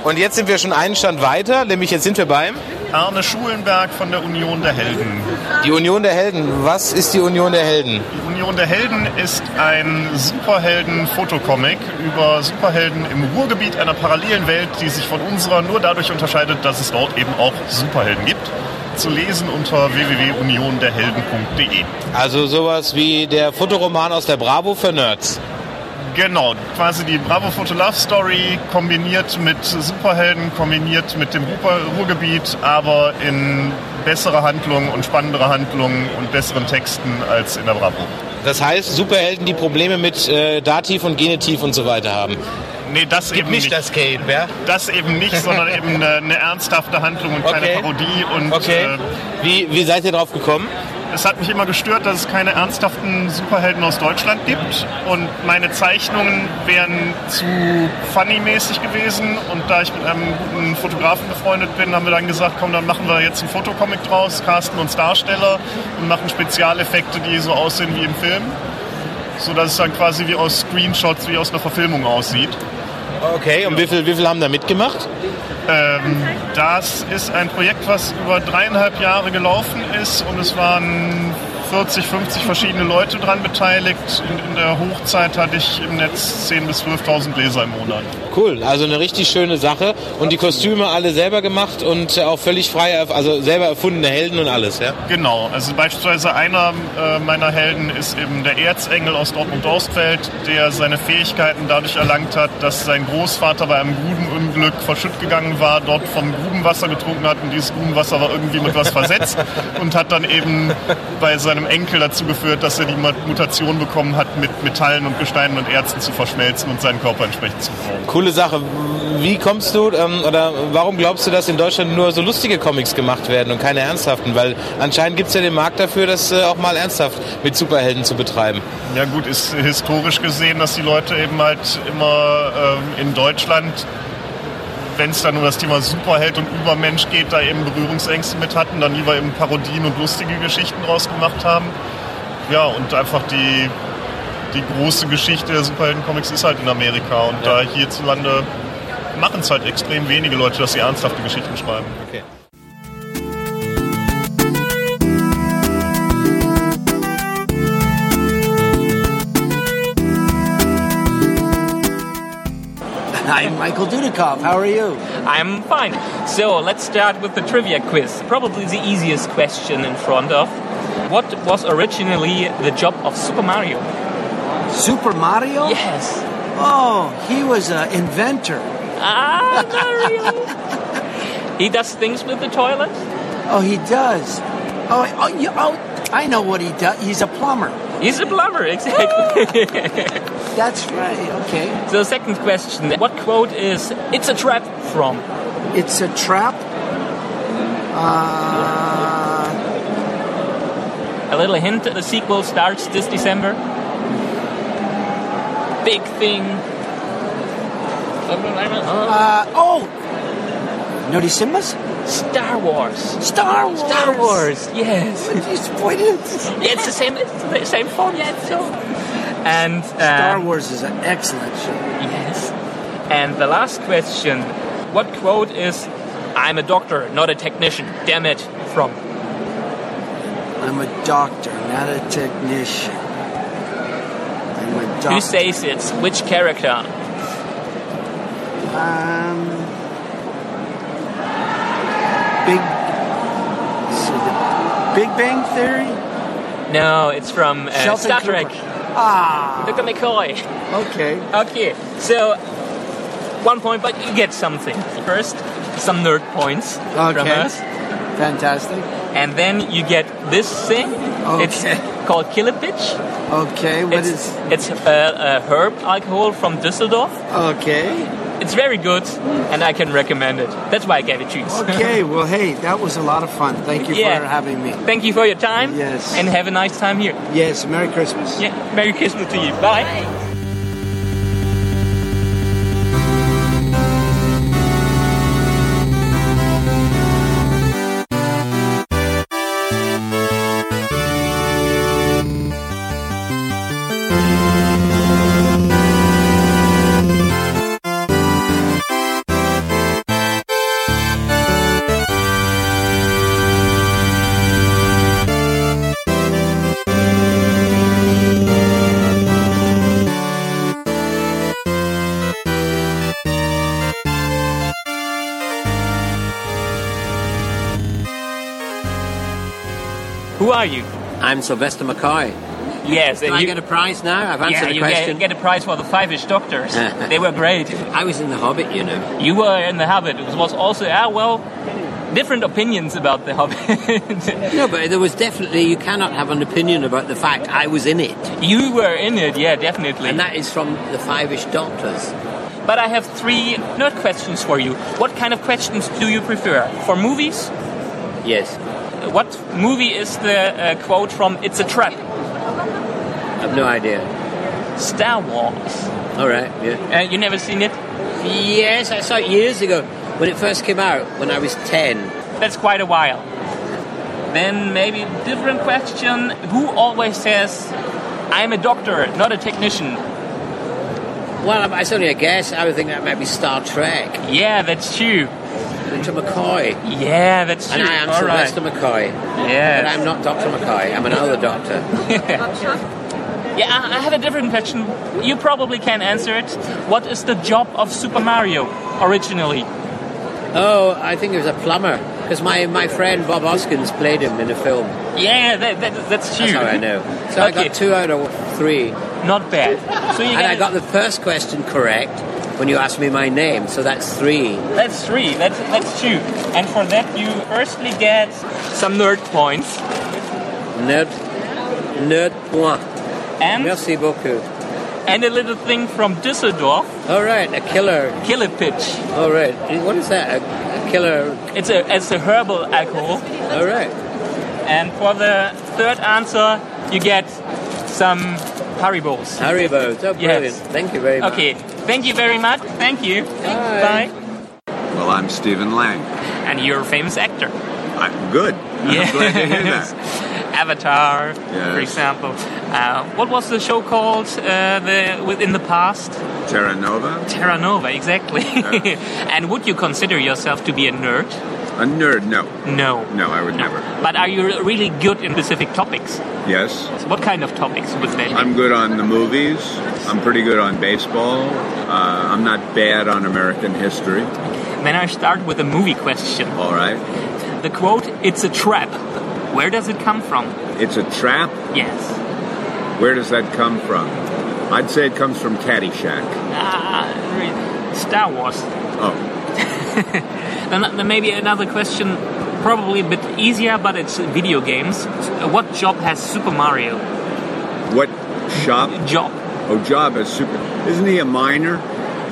Und jetzt sind wir schon einen Stand weiter, nämlich jetzt sind wir beim
Arne Schulenberg von der Union der Helden.
Die Union der Helden. Was ist die Union der Helden?
Die Union der Helden ist ein Superhelden-Fotocomic über Superhelden im Ruhrgebiet einer parallelen Welt, die sich von unserer nur dadurch unterscheidet, dass es dort eben auch Superhelden gibt. Zu lesen unter www.unionderhelden.de.
Also sowas wie der Fotoroman aus der Bravo für Nerds.
Genau, quasi die Bravo Photo Love Story kombiniert mit Superhelden, kombiniert mit dem Ruhr Ruhrgebiet, aber in bessere Handlungen und spannendere Handlungen und besseren Texten als in der Bravo.
Das heißt, Superhelden, die Probleme mit äh, Dativ und Genitiv und so weiter haben.
Nee, das
Gib
eben
nicht
nicht.
das Geld, wer?
Das eben nicht, sondern eben eine, eine ernsthafte Handlung und keine
Okay.
Parodie. Und,
Okay.
wie, wie seid ihr drauf gekommen? Es hat mich immer gestört, dass es keine ernsthaften Superhelden aus Deutschland gibt. Und meine Zeichnungen wären zu funny-mäßig gewesen. Und da ich mit einem guten Fotografen befreundet bin, haben wir dann gesagt, komm, dann machen wir jetzt einen Fotocomic draus, casten uns Darsteller und machen Spezialeffekte, die so aussehen wie im Film. So dass es dann quasi wie aus Screenshots, wie aus einer Verfilmung aussieht.
Okay, und wie viel, wie viel haben da mitgemacht?
Ähm, das ist ein Projekt, was über dreieinhalb Jahre gelaufen ist und es waren 40, 50 verschiedene Leute dran beteiligt. In, in der Hochzeit hatte ich im Netz 10.000 bis 12.000 Leser im Monat.
Cool, also eine richtig schöne Sache. Und die Kostüme alle selber gemacht und äh, auch völlig frei, erf- also selber erfundene Helden und alles, ja?
Genau, also beispielsweise einer äh, meiner Helden ist eben der Erzengel aus Dortmund-Dorstfeld, der seine Fähigkeiten dadurch erlangt hat, dass sein Großvater bei einem Grubenunglück verschütt gegangen war, dort vom Grubenwasser getrunken hat und dieses Grubenwasser war irgendwie mit was versetzt und hat dann eben bei seinem Enkel dazu geführt, dass er die Mut- Mutation bekommen hat, mit Metallen und Gesteinen und Erzen zu verschmelzen und seinen Körper entsprechend zu formen.
Coole Sache. Wie kommst du ähm, oder warum glaubst du, dass in Deutschland nur so lustige Comics gemacht werden und keine ernsthaften? Weil anscheinend gibt es ja den Markt dafür, das äh, auch mal ernsthaft mit Superhelden zu betreiben.
Ja gut, ist historisch gesehen, dass die Leute eben halt immer ähm, in Deutschland, wenn es dann um das Thema Superheld und Übermensch geht, da eben Berührungsängste mit hatten, dann lieber eben Parodien und lustige Geschichten rausgemacht haben. Ja, und einfach die, die große Geschichte der Superhelden-Comics ist halt in Amerika und da hierzulande machen es halt extrem wenige Leute, dass sie ernsthafte Geschichten schreiben.
Okay.
I'm Michael Dudikoff. How are you? I'm fine. So let's start with the trivia quiz. Probably the easiest question in front of. What was originally the job of Super Mario?
Super Mario?
Yes.
Oh, he was an inventor.
Ah, Mario! he does things with the toilet?
Oh, he does. Oh, oh, you, oh, I know what he does. He's a plumber. Ah!
He's a plumber, exactly.
That's right. Okay.
so, second question. What quote is It's a trap from?
It's a trap? Uh,
A little hint the sequel starts this December. Big thing.
uh, oh, no Simbas?
Star Wars.
Star Wars.
Star Wars, yes.
yeah,
it's the same, it's the same font. And uh,
Star Wars is an excellent show.
Yes. And the last question. What quote is I'm a doctor, not a technician. Damn it. From.
I'm a doctor, not a technician. I'm a doctor.
Who says it? Which character?
Um, big. let's see, the Big Bang Theory?
No, it's
Ähm,
from
äh,
uh,
Sheldon
Star
Cooper.
Trek.
Ah.
Dr. McCoy.
Okay.
Okay. So, one point, but you get something. First, some nerd points from
Okay.
us.
Fantastic.
And then you get this thing. It's called Killepitch.
Okay, what
it's,
is-
It's uh, a herb alcohol from Düsseldorf.
Okay.
It's very good, and I can recommend it. That's why I gave it cheese.
Okay, well, hey, that was a lot of fun. Thank you
Yeah.
for having me.
Thank you for your time.
Yes.
And have a nice time here.
Yes, Merry Christmas.
Yeah. Merry Christmas to you. Bye. Who are you?
I'm Sylvester McCoy.
Yes.
Do I get a prize now? I've answered
yeah,
the
you
question.
Get, get a prize for the Five-ish Doctors. they were great.
I was in The Hobbit, you know.
You were in The Hobbit. It was also, ah, well, different opinions about The Hobbit.
no, but there was definitely, you cannot have an opinion about the fact I was in it.
You were in it, yeah, definitely.
And that is from the Five-ish Doctors.
But I have three nerd questions for you. What kind of questions do you prefer? For movies?
Yes.
What movie is the uh, quote from It's a Trap?
I've no idea.
Star Wars.
All right, yeah.
Uh, you never seen it?
Yes, I saw it years ago when it first came out when I was 10.
That's quite a while. Then maybe a different question. Who always says, I'm a doctor, not a technician?
Well, it's only a guess. I would think that might be Star Trek.
Yeah, that's true.
Dr. McCoy.
Yeah, that's
And
true.
I am
All right.
Sylvester McCoy.
Yes.
But I'm not Dr. McCoy. I'm another doctor.
Yeah, I I have a different question. You probably can answer it. What is the job of Super Mario originally?
Oh, I think it was a plumber. Because my, my friend Bob Hoskins played him in a film.
Yeah, that, that, that's true.
That's how I know. So I got two out of three.
Not bad. So you
and I got the first question correct when you asked me my name. So that's three.
That's three. That's that's two. And for that, you firstly get some nerd points.
Nerd, nerd point.
And
merci beaucoup.
And a little thing from Düsseldorf.
All right, a killer.
Killer pitch.
All right. What is that? A, a killer.
It's a it's a herbal alcohol.
All right.
And for the third answer, you get some Haribos.
Haribos. Oh, brilliant. Thank you very much.
Okay. Thank you very much. Thank you. Bye.
Well, I'm Stephen Lang.
And you're a famous actor.
I'm good. I'm glad to hear that.
Avatar, for
Yes.
example. Uh, what was the show called uh, the, within the past?
Terra Nova?
Terra Nova, exactly. and would you consider yourself to be a nerd?
A nerd, no.
No.
No, I would never.
But are you really good in specific topics?
Yes.
What kind of topics would they be?
I'm good on the movies. I'm pretty good on baseball. Uh, I'm not bad on American history.
Then I start with a movie question.
All right.
The quote, it's a trap. Where does it come from?
It's a trap.
Yes.
Where does that come from? I'd say it comes from Caddyshack.
Ah, re- Star Wars.
Oh,
Then, then maybe another question, probably a bit easier, but it's video games. Uh, What job has Super Mario?
what shop?
Job.
Oh, job is super. Isn't he a miner?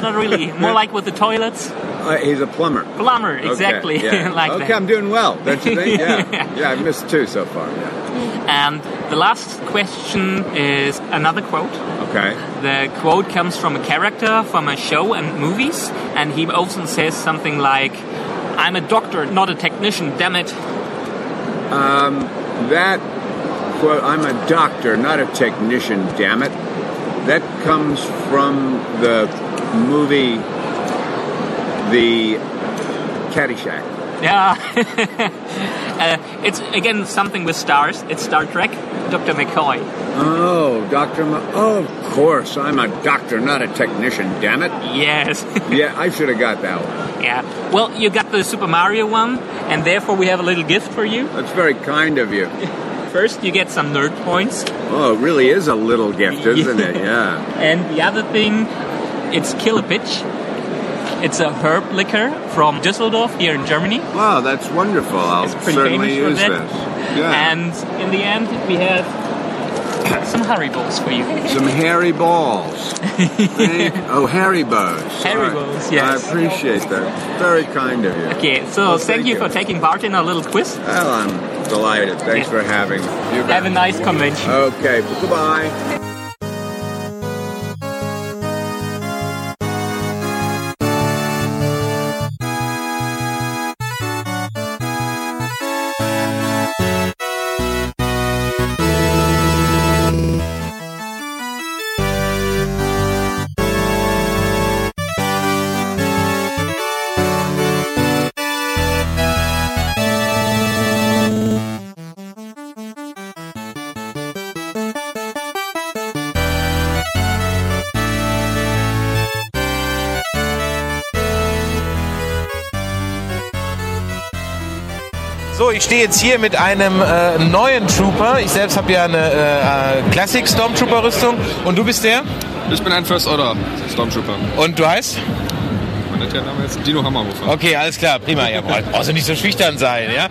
Not really. More like with the toilets.
Uh, he's a plumber.
Plumber,
Okay,
exactly.
yeah.
like
okay,
that.
I'm doing well. Don't you think? Yeah. yeah, I've missed two so far. Yeah.
And the last question is another quote.
Okay.
The quote comes from a character from a show and movies, and he often says something like, I'm a doctor, not a technician, damn it.
Um, that quote, I'm a doctor, not a technician, damn it. That comes from the movie The Caddyshack.
Yeah. uh, it's again something with stars. It's Star Trek, Dr. McCoy.
Oh, Dr. Ma- oh, of course, I'm a doctor, not a technician, damn it.
Yes.
yeah, I should have got that one.
Yeah. Well, you got the Super Mario one, and therefore we have a little gift for you.
That's very kind of you.
First, you get some nerd points,
Oh, it really is a little gift, isn't it? Yeah.
and the other thing, it's Killepitch. It's a herb liquor from Düsseldorf here in Germany.
Wow, that's wonderful. I'll
It's pretty
certainly
famous for
use
that.
this. Yeah.
And in the end, we have some Haribo's for you.
Some hairy balls. Thank- oh, hairy bows.
Hairy
Sorry.
bows, yes.
I appreciate that. Very kind of you.
Okay, so
Well,
thank, you, for taking part in our little quiz.
Well, I'm delighted. Thanks for having me. You
Have a nice convention.
Okay, goodbye.
Thank you.
So, ich stehe jetzt hier mit einem äh, neuen Trooper. Ich selbst habe ja eine äh, äh, Classic Stormtrooper Rüstung. Und du bist der?
Ich bin ein First Order Stormtrooper.
Und du heißt?
Mein netter Name ist Dino Hammerhofer.
Okay, alles klar, prima. Ja, boah, brauchst du nicht so schüchtern sein, ja?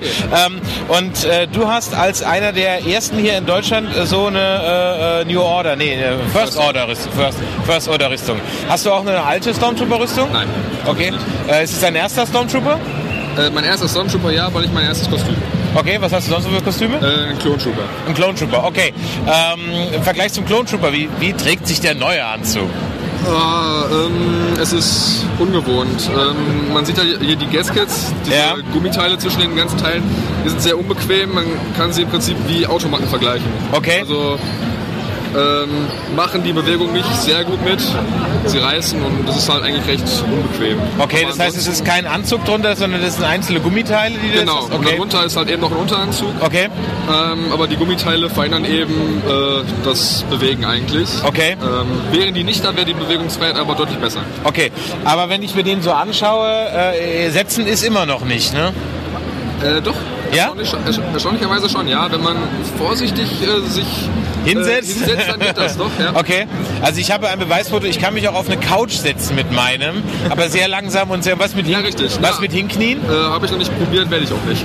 Ähm, und äh, du hast als einer der ersten hier in Deutschland äh, so eine äh, äh, New Order, nee, eine First Order Rüstung. First, First Order Rüstung. Hast du auch eine alte Stormtrooper Rüstung? Nein. Okay. Äh, ist es dein erster Stormtrooper?
Äh, mein erster Stormtrooper, ja, weil ich mein erstes Kostüm.
Okay, was hast du sonst so für Kostüme?
Äh, ein Clone Trooper.
Ein Clone Trooper, okay. Ähm, Im Vergleich zum Clone Trooper, wie, wie trägt sich der neue Anzug?
Ah, ähm, es ist ungewohnt. Ähm, man sieht ja hier die Gaskets, diese Gummiteile zwischen den ganzen Teilen. Die sind sehr unbequem. Man kann sie im Prinzip wie Automaten vergleichen.
Okay.
Also ähm, machen die Bewegung nicht sehr gut mit. Sie reißen und das ist halt eigentlich recht unbequem.
Okay, das heißt, es ist kein Anzug drunter, sondern das sind einzelne Gummiteile, die du
Genau,
jetzt hast?
und
Okay.
darunter ist halt eben noch ein Unteranzug.
Okay.
Ähm, aber die Gummiteile verhindern eben äh, das Bewegen eigentlich.
Okay.
Ähm, wären die nicht, dann wäre die Bewegungsfreiheit aber deutlich besser.
Okay, aber wenn ich mir den so anschaue, äh, setzen ist immer noch nicht, ne?
Äh, doch.
Ja?
Erstaunlich, erstaunlicherweise schon, ja. Wenn man vorsichtig äh, sich äh,
Hinsetzt?
hinsetzt, dann geht das doch, ja.
Okay, also ich habe ein Beweisfoto, ich kann mich auch auf eine Couch setzen mit meinem, aber sehr langsam und sehr, was mit, hin, was mit hinknien?
Äh, Habe ich noch nicht probiert, werde ich auch nicht.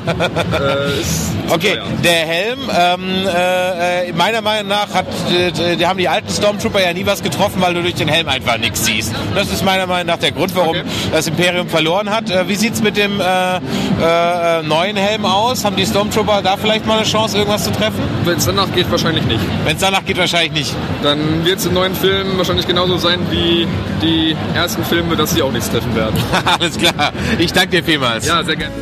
äh, ist
Okay, der Helm, ähm, äh, äh, meiner Meinung nach hat, äh, die haben die alten Stormtrooper ja nie was getroffen, weil du durch den Helm einfach nichts siehst. Das ist meiner Meinung nach der Grund, warum das Imperium verloren hat. Äh, wie sieht es mit dem äh, äh, äh, neuen Helm aus? Haben die Stormtrooper da vielleicht mal eine Chance, irgendwas zu treffen?
Wenn es danach geht, wahrscheinlich nicht.
Wenn es danach geht, wahrscheinlich nicht.
Dann wird es im neuen Film wahrscheinlich genauso sein wie die ersten Filme, dass sie auch nichts treffen werden.
Alles klar. Ich danke dir vielmals.
Ja, sehr gerne.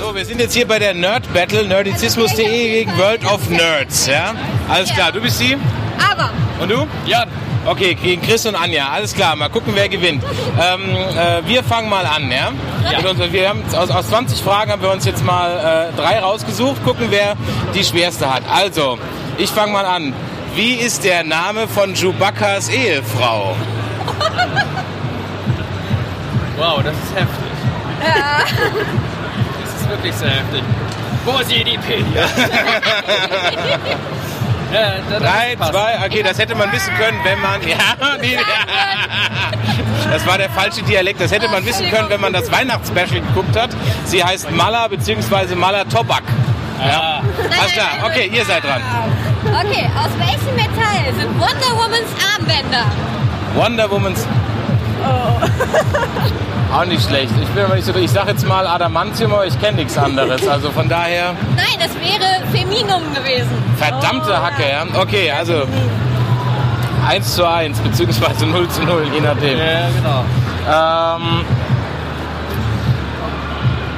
So, wir sind jetzt hier bei der Nerd Battle, nerdizismus.de gegen World of Nerds. Ja? Alles klar, du bist sie?
Aber
Und du? Jan. Okay, gegen Chris und Anja. Alles klar, mal gucken, wer gewinnt. Ähm, äh, wir fangen mal an, ja? Mit uns, wir haben, aus, aus 20 Fragen haben wir uns jetzt mal äh, drei rausgesucht. Gucken, wer die schwerste hat. Also, ich fange mal an. Wie ist der Name von Chewbacca's Ehefrau?
Wow, das ist heftig. Äh, Das ist wirklich sehr heftig. Wo ist Wikipedia?
Ja, Drei, zwei, okay, das hätte man wissen können, wenn man. Ja, die, das war der falsche Dialekt. Das hätte man wissen können, wenn man das Weihnachtsspecial geguckt hat. Sie heißt Mala bzw. Mala Tobak. Ja. Alles klar, okay, ihr seid dran.
Okay, aus welchem Metall sind Wonder Womans Armbänder?
Wonder Woman's. Auch nicht schlecht. Ich bin aber nicht so. Ich sag jetzt mal Adamantium, aber ich kenne nichts anderes. Also von daher.
Nein, das wäre Feminum gewesen.
Verdammte Hacke, ja. Okay, also 1 zu 1 beziehungsweise 0 zu 0, je nachdem. Ja, genau. Ähm,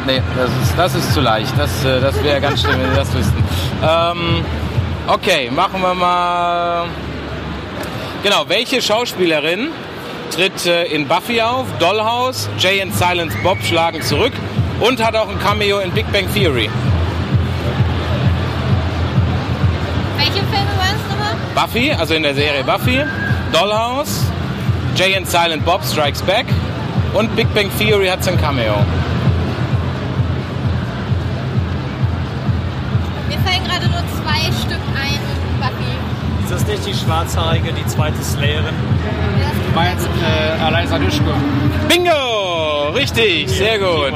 nee, das ist, das ist zu leicht. Das, äh, das wäre ganz schlimm, wenn wir das wüssten. Ähm, okay, machen wir mal... Genau, welche Schauspielerin tritt äh, in Buffy auf, Dollhouse, Jay and Silence Bob schlagen zurück und hat auch ein Cameo in Big Bang Theory?
Welche Filme waren es nochmal?
Buffy, also in der Serie Buffy, Dollhouse, Jay and Silent Bob Strikes Back und Big Bang Theory hat sein Cameo.
Mir fallen gerade nur zwei Stück ein, Papi.
Ist das nicht die Schwarzhaarige, die zweite Slayerin? Du meinst äh, Eliza Duschko.
Bingo! Richtig, sehr gut.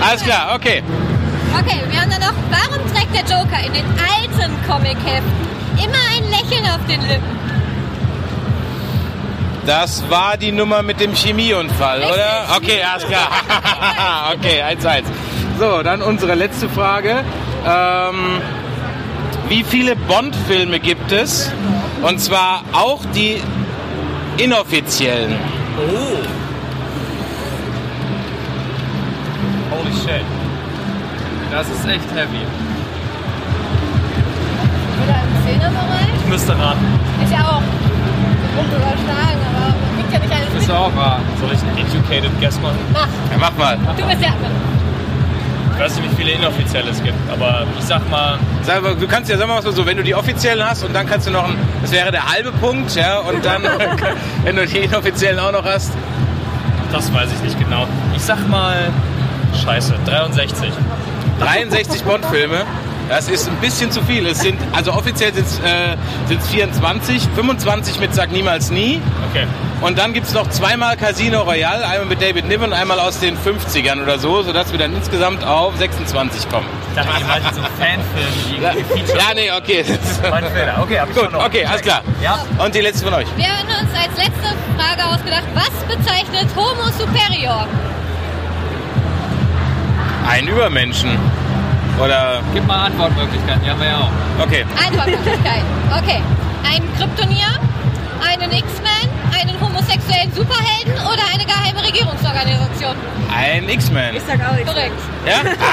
Alles klar, okay.
Okay, wir haben dann noch, warum trägt der Joker in den alten Comicheften immer ein Lächeln auf den Lippen?
Das war die Nummer mit dem Chemieunfall, oder? Okay, alles klar. okay, eins, eins. So, dann unsere letzte Frage. Ähm, wie viele Bond-Filme gibt es? Und zwar auch die inoffiziellen.
Oh. Holy shit. Das ist echt heavy.
Oder im Zehnerbereich?
Ich müsste raten.
Ich auch. Punkt überschlagen, aber man kriegt ja nicht alles
Das ist auch
Ah.
wahr. Soll ich einen educated guess machen?
Mach,
Ja, mach mal.
du bist der Admin.
Ich weiß nicht, wie viele inoffizielle es gibt, aber ich sag mal,
Sag mal, Du kannst ja, sagen wir mal so, wenn du die offiziellen hast und dann kannst du noch einen, das wäre der halbe Punkt, ja, und dann, wenn du die inoffiziellen auch noch hast.
das weiß ich nicht genau. Ich sag mal, scheiße, 63.
63 Bond-Filme. Das ist ein bisschen zu viel. Es sind, also offiziell sind es äh, sind's 24, 25 mit Sag Niemals Nie.
Okay.
Und dann gibt es noch zweimal Casino Royale, einmal mit David Niven, einmal aus den 50ern oder so, sodass wir dann insgesamt auf 26 kommen.
Da haben die meisten so Fanfilme, die Feature.
Ja, nee, okay. Mein
Fehler. Okay, hab ich
Gut, okay, alles klar. Ja. Und die letzte von euch.
Wir haben uns als letzte Frage ausgedacht, was bezeichnet Homo Superior?
Ein Übermenschen. Oder.
Gib mal Antwortmöglichkeiten, die haben wir ja auch.
Okay.
Antwortmöglichkeit. Okay. Einen Kryptonier, einen X-Man, einen homosexuellen Superhelden oder eine geheime Regierungsorganisation?
Ein X-Man.
sag auch Korrekt.
Ja?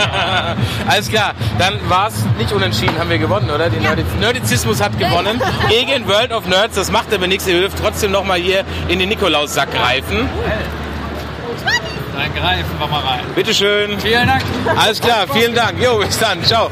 Ah. Alles klar, dann war es nicht unentschieden, haben wir gewonnen, oder? Die Nerdiz Nerdizismus hat gewonnen gegen World of Nerds. Das macht aber nichts, ihr dürft trotzdem nochmal hier in den Nikolaussack greifen.
Dann greifen wir mal rein.
Bitteschön. Vielen Dank. Alles klar, vielen Dank. Jo, bis dann. Ciao.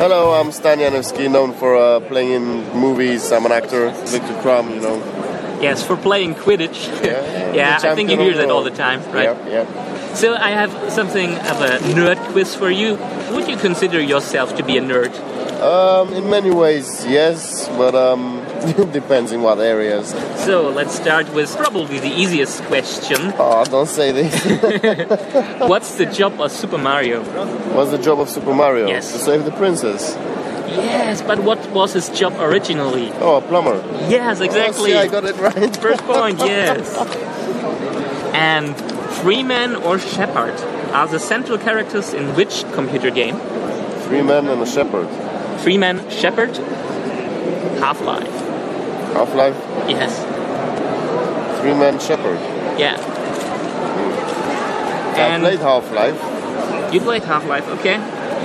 Hello, I'm Stan Janowski, known for uh, playing in movies. I'm an actor, Victor Crumb, you know.
Yes, for playing Quidditch. Yeah, I think you
champion
hear
of the
that all
world.
the time, right?
Yeah,
So I have something of a nerd quiz for you. Would you consider yourself to be a nerd?
Um, in many ways, yes, but um, it depends in what areas.
So let's start with probably the easiest question.
Oh, don't say this.
What's the job of Super Mario?
What's the job of Super Mario?
Yes.
To save the princess.
Yes, but what was his job originally?
Oh, a plumber.
Yes, exactly.
Oh, see, I got it right.
First point, yes. And Freeman or Shepard are the central characters in which computer game?
Freeman and a shepherd.
Freeman, Shepard, Half Life.
Half Life?
Yes.
Three Man Shepherd.
Yeah.
I played Half Life.
You played Half Life, okay?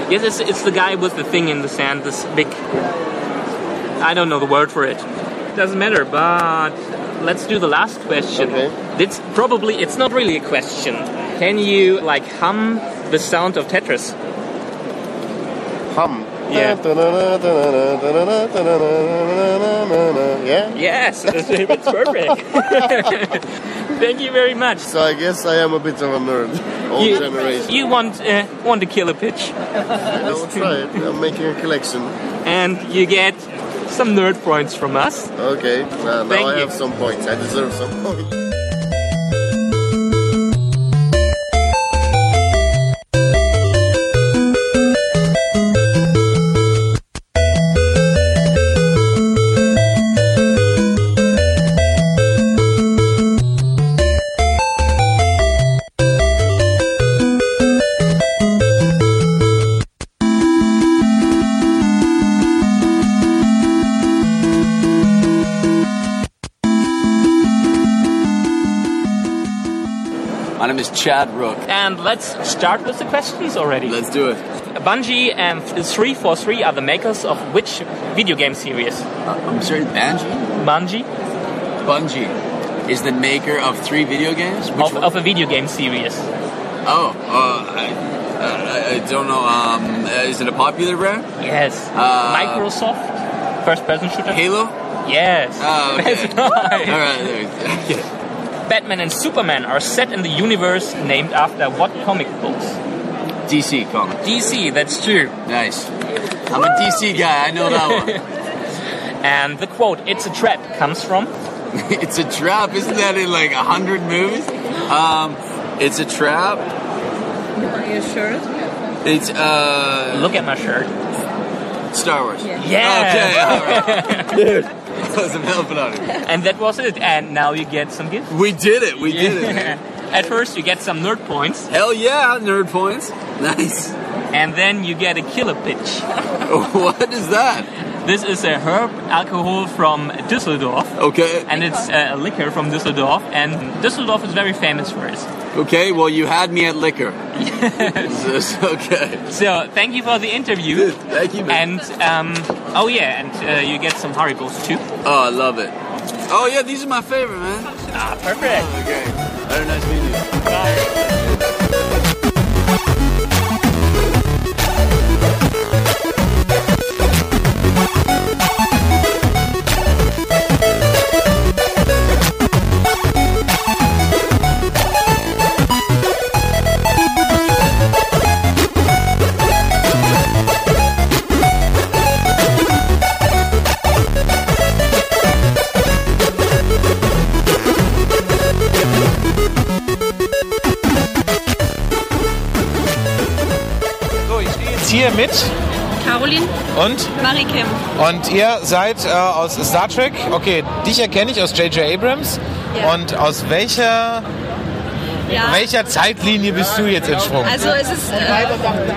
Yes, it's, it's the guy with the thing in the sand, this big. I don't know the word for it. Doesn't matter, but let's do the last question. It's probably, it's not really a question. Can you, like, hum the sound of Tetris?
Hum?
Yeah.
Yeah?
Yes, it's perfect. Thank you very much. So
I guess I am a bit of a nerd. Old
you,
generation.
You want, uh, want to kill a pitch.
I will try it. I'm making a collection.
And you get some nerd points from us.
Okay, now, now
Thank
I
you.
have some points. I deserve some points.
My name is Chad Rook.
And let's start with the questions already. Let's
do it.
Bungie and 343 are the makers of which video game series?
Uh, I'm sorry, Bungie?
Bungie?
Bungie is the maker of three video games.
Of, of a video game series.
Oh, uh, I, I, I don't know. Um, uh, is it a popular brand?
Yes.
Uh,
Microsoft? First person shooter?
Halo?
Yes.
Oh, okay.
That's right.
All right, there we
Batman and Superman are set in the universe named after what comic books?
DC comic.
DC, that's true.
Nice. I'm a DC guy. I know that one.
and the quote, it's a trap, comes from?
it's a trap. Isn't that in like a hundred movies? Um, it's a trap.
Are you sure?
It's uh.
Look at my shirt.
Star Wars.
Yeah.
Okay. All right. Dude. Wasn't helping out here.
And that was it. And now you get some gifts.
We did it. We did it, man.
At first, you get some nerd points.
Hell yeah, nerd points. Nice.
And then you get a killer pitch.
what is that?
This is a herb alcohol from Düsseldorf.
Okay.
And it's uh, a liquor from Düsseldorf. And Düsseldorf is very famous for it.
Okay. Well, you had me at liquor. This- okay.
So thank you for the interview.
Thank you.
Man. And um, oh yeah, and uh, you get some Haribos too.
Oh, I love it. Oh yeah, these are my favorite, man.
Ah, perfect.
Okay. Very nice meeting you.
So, ich stehe jetzt hier mit
Caroline?
und
Marie Kim.
und ihr seid äh, aus Star Trek. Okay, dich erkenne ich aus J.J. Abrams.
Ja.
Und aus welcher
Ja.
welcher Zeitlinie bist du jetzt entsprungen?
Also es ist äh,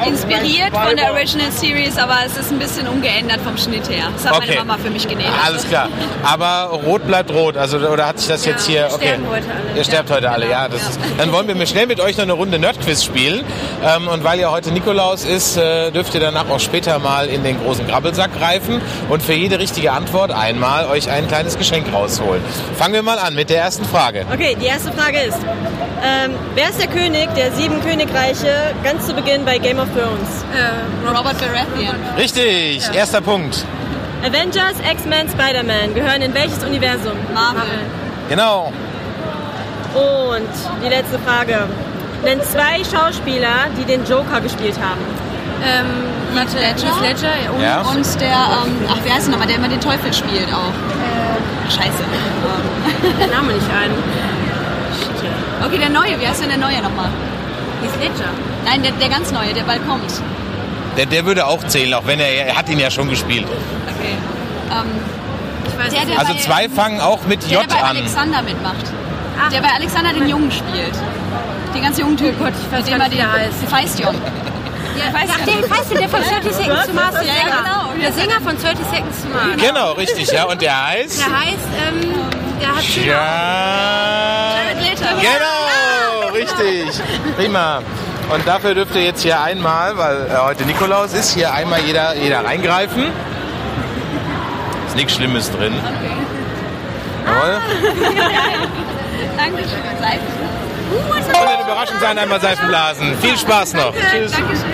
inspiriert von der Original Series, aber es ist ein bisschen umgeändert vom Schnitt her. Das hat
Okay.
meine Mama für mich genäht.
Ah, Alles klar. Aber rot bleibt rot. Also oder hat sich das
Ja,
jetzt hier?
wir
Okay.
sterben heute alle.
Ihr sterbt heute alle. Ja, das ist. Dann wollen wir mir schnell mit euch noch eine Runde Nerdquiz spielen. Ähm, und weil ja heute Nikolaus ist, äh, dürft ihr danach auch später mal in den großen Grabbelsack greifen und für jede richtige Antwort einmal euch ein kleines Geschenk rausholen. Fangen wir mal an mit der ersten Frage.
Okay, die erste Frage ist, ähm, wer ist der König der sieben Königreiche ganz zu Beginn bei Game of Thrones? Äh, Robert Baratheon.
Richtig. Erster Punkt.
Avengers, X-Men, Spider-Man gehören in welches Universum? Marvel.
Genau.
Und die letzte Frage. Nenn zwei Schauspieler, die den Joker gespielt haben. Ähm, Heath Ledger,
und,
Ja.
und der, ähm, ach wer ist denn nochmal, der immer den Teufel spielt auch? Scheiße. Der Name Äh. nicht ein. Okay, der neue, wie heißt denn der neue nochmal? Heath Ledger. Nein, der, der ganz neue, der bald kommt.
Der, der würde auch zählen, auch wenn er, er hat ihn ja schon gespielt.
Okay. Ähm, der, der
Also
bei,
zwei fangen auch mit
der,
J
der bei
an.
Alexander mitmacht.
Ah.
Der bei Alexander den Jungen spielt. Den ganz jungen
Oh
Typen. Gott, ich weiß nicht, wie der heißt. Feistion.
Ja, Ach, der heißt der von 30 Seconds to Mars, der
Ja,
Sänger.
genau.
Der Sänger von 30 Seconds to Mars.
Genau, richtig, ja. Und der heißt?
Der heißt, ähm, der hat
Ja. Genau, richtig. Prima. Und dafür dürft ihr jetzt hier einmal, weil äh, heute Nikolaus ist, hier einmal jeder, jeder reingreifen. Ist nichts Schlimmes drin. Jawohl.
Dankeschön.
Soll eine Überraschung sein, einmal Seifenblasen. Viel Spaß noch.
Tschüss. Dankeschön.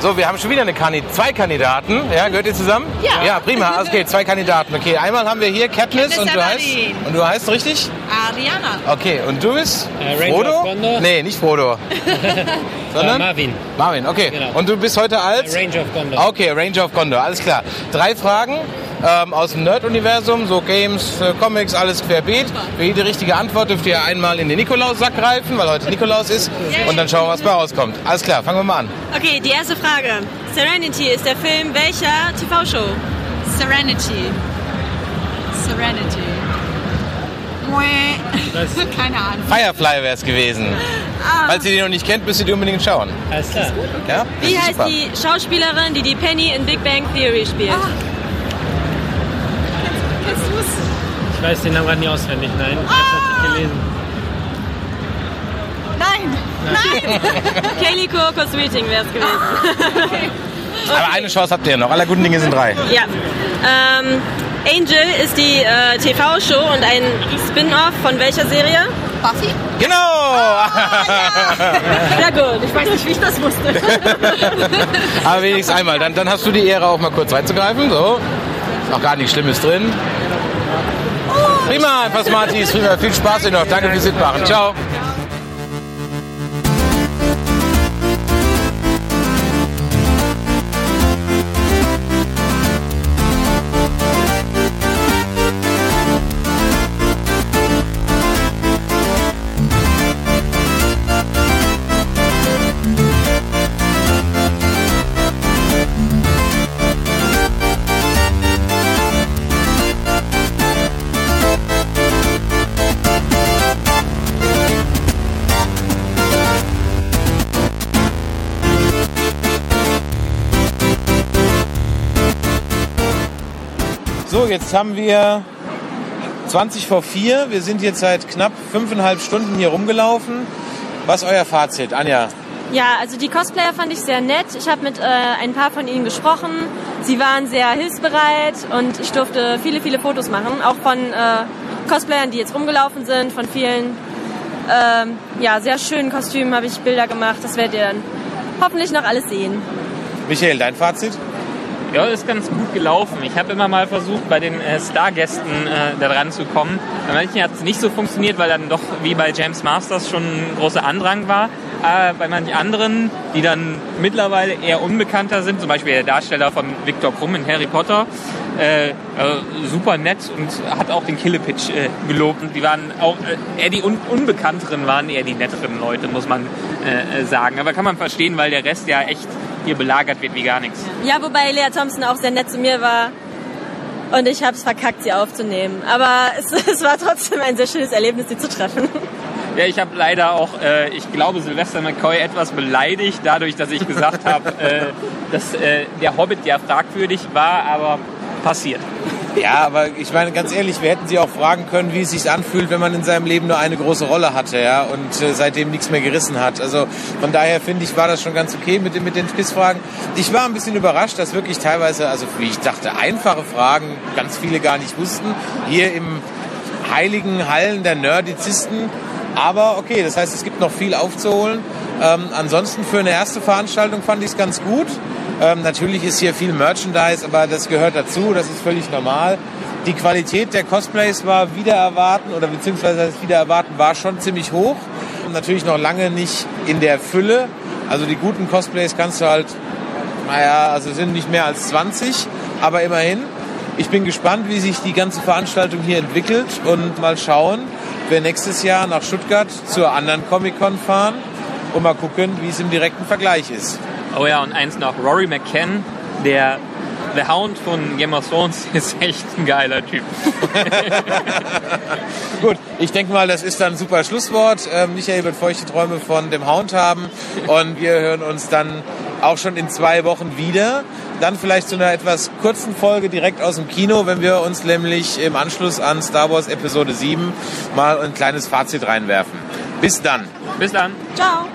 So, wir haben schon wieder eine Kandi zwei Kandidaten. Ja, gehört ihr zusammen?
Ja.
Ja, prima. Also, Okay, zwei Kandidaten. Okay, einmal haben wir hier Katniss
Katniss
und du heißt.
Everdeen.
Und du heißt richtig?
Ariana.
Okay, und du bist
Äh, Ranger
Frodo?
Gondor.
Nee, nicht Frodo. Sondern?
Äh, Marvin. Genau. Äh,
Marvin, okay. Und du bist heute als? Ranger of Gondor. Okay, Ranger of Gondor, alles klar. Drei Fragen ähm, aus dem Nerd-Universum, so Games, äh, Comics, alles querbeet. Für jede richtige Antwort dürft ihr einmal in den Nikolaussack greifen, weil heute Nikolaus ist. Und dann schauen wir, was bei rauskommt. Alles klar, fangen wir mal an.
Okay, die erste Frage. Serenity ist der Film welcher TV-Show? Serenity.
Serenity. Mwah. Keine Ahnung.
Firefly wäre es gewesen.
Ah.
Falls ihr die noch nicht kennt, müsst ihr die unbedingt schauen. Alles klar. Ja? das
Wie
ist
heißt
super.
die Schauspielerin, die die Penny in Big Bang Theory spielt?
Kennst du es?
Ich weiß den Namen gerade nicht auswendig, nein. Ich hab's nicht gelesen.
Nein! Nein! Kaylee Cuoco Sweeting wäre es gewesen.
Aber eine Chance habt ihr noch. Aller guten Dinge sind drei.
ja. Ähm, Angel ist die äh, TV-Show und ein Spin-off von welcher Serie?
Buffy?
Genau!
Oh, Sehr gut, ich weiß nicht, wie ich das wusste.
Aber wenigstens einmal. Dann, dann hast du die Ehre, auch mal kurz reinzugreifen. So. Ist auch gar nichts Schlimmes drin. Prima, was Martis, prima. Viel Spaß dir noch. Danke fürs Mitmachen. Ciao. So, jetzt haben wir 20 vor 4. Wir sind jetzt seit knapp fünfeinhalb Stunden hier rumgelaufen. Was ist euer Fazit, Anja?
Ja, also die Cosplayer fand ich sehr nett. Ich habe mit äh, ein paar von ihnen gesprochen. Sie waren sehr hilfsbereit und ich durfte viele, viele Fotos machen, auch von äh, Cosplayern, die jetzt rumgelaufen sind, von vielen ähm, ja, sehr schönen Kostümen habe ich Bilder gemacht. Das werdet ihr dann hoffentlich noch alles sehen.
Michael, dein Fazit?
Ja, ist ganz gut gelaufen. Ich habe immer mal versucht, bei den äh, Stargästen äh, da dran zu kommen. Bei manchen hat es nicht so funktioniert, weil dann doch wie bei James Masters schon ein großer Andrang war. Äh, bei manchen anderen, die dann mittlerweile eher unbekannter sind, zum Beispiel der Darsteller von Viktor Krumm in Harry Potter, äh, äh, super nett und hat auch den Killepitch äh, gelobt. Und die waren auch äh, eher die un unbekannteren waren eher die netteren Leute, muss man äh, äh, sagen. Aber kann man verstehen, weil der Rest ja echt hier belagert wird wie gar nichts.
Ja, wobei Lea Thompson auch sehr nett zu mir war. Und ich habe es verkackt, sie aufzunehmen. Aber es, es war trotzdem ein sehr schönes Erlebnis, sie zu treffen.
Ja, ich habe leider auch, äh, ich glaube, Sylvester McCoy etwas beleidigt, dadurch, dass ich gesagt habe, äh, dass äh, der Hobbit ja fragwürdig war, aber passiert.
Ja, aber ich meine, ganz ehrlich, wir hätten sie auch fragen können, wie es sich anfühlt, wenn man in seinem Leben nur eine große Rolle hatte, ja, und äh, seitdem nichts mehr gerissen hat. Also von daher finde ich, war das schon ganz okay mit, den- mit den Quizfragen. Ich war ein bisschen überrascht, dass wirklich teilweise, also wie ich dachte, einfache Fragen ganz viele gar nicht wussten. Hier im heiligen Hallen der Nerdizisten. Aber okay, das heißt, es gibt noch viel aufzuholen. Ähm, ansonsten für eine erste Veranstaltung fand ich es ganz gut. Ähm, natürlich ist hier viel Merchandise, aber das gehört dazu, das ist völlig normal. Die Qualität der Cosplays war wieder erwarten oder beziehungsweise das wieder erwarten war schon ziemlich hoch und natürlich noch lange nicht in der Fülle. Also die guten Cosplays kannst du halt naja, also es sind nicht mehr als 20, aber immerhin. Ich bin gespannt, wie sich die ganze Veranstaltung hier entwickelt und mal schauen, wir nächstes Jahr nach Stuttgart zur anderen Comic-Con fahren und mal gucken, wie es im direkten Vergleich ist.
Oh ja, und eins noch, Rory McCann, der The Hound von Game of Thrones, ist echt ein geiler Typ.
Gut, ich denke mal, das ist dann ein super Schlusswort. Ähm, Michael wird feuchte Träume von dem Hound haben und wir hören uns dann auch schon in zwei Wochen wieder. Dann vielleicht zu einer etwas kurzen Folge direkt aus dem Kino, wenn wir uns nämlich im Anschluss an Star Wars Episode 7 mal ein kleines Fazit reinwerfen. Bis dann.
Bis dann.
Ciao.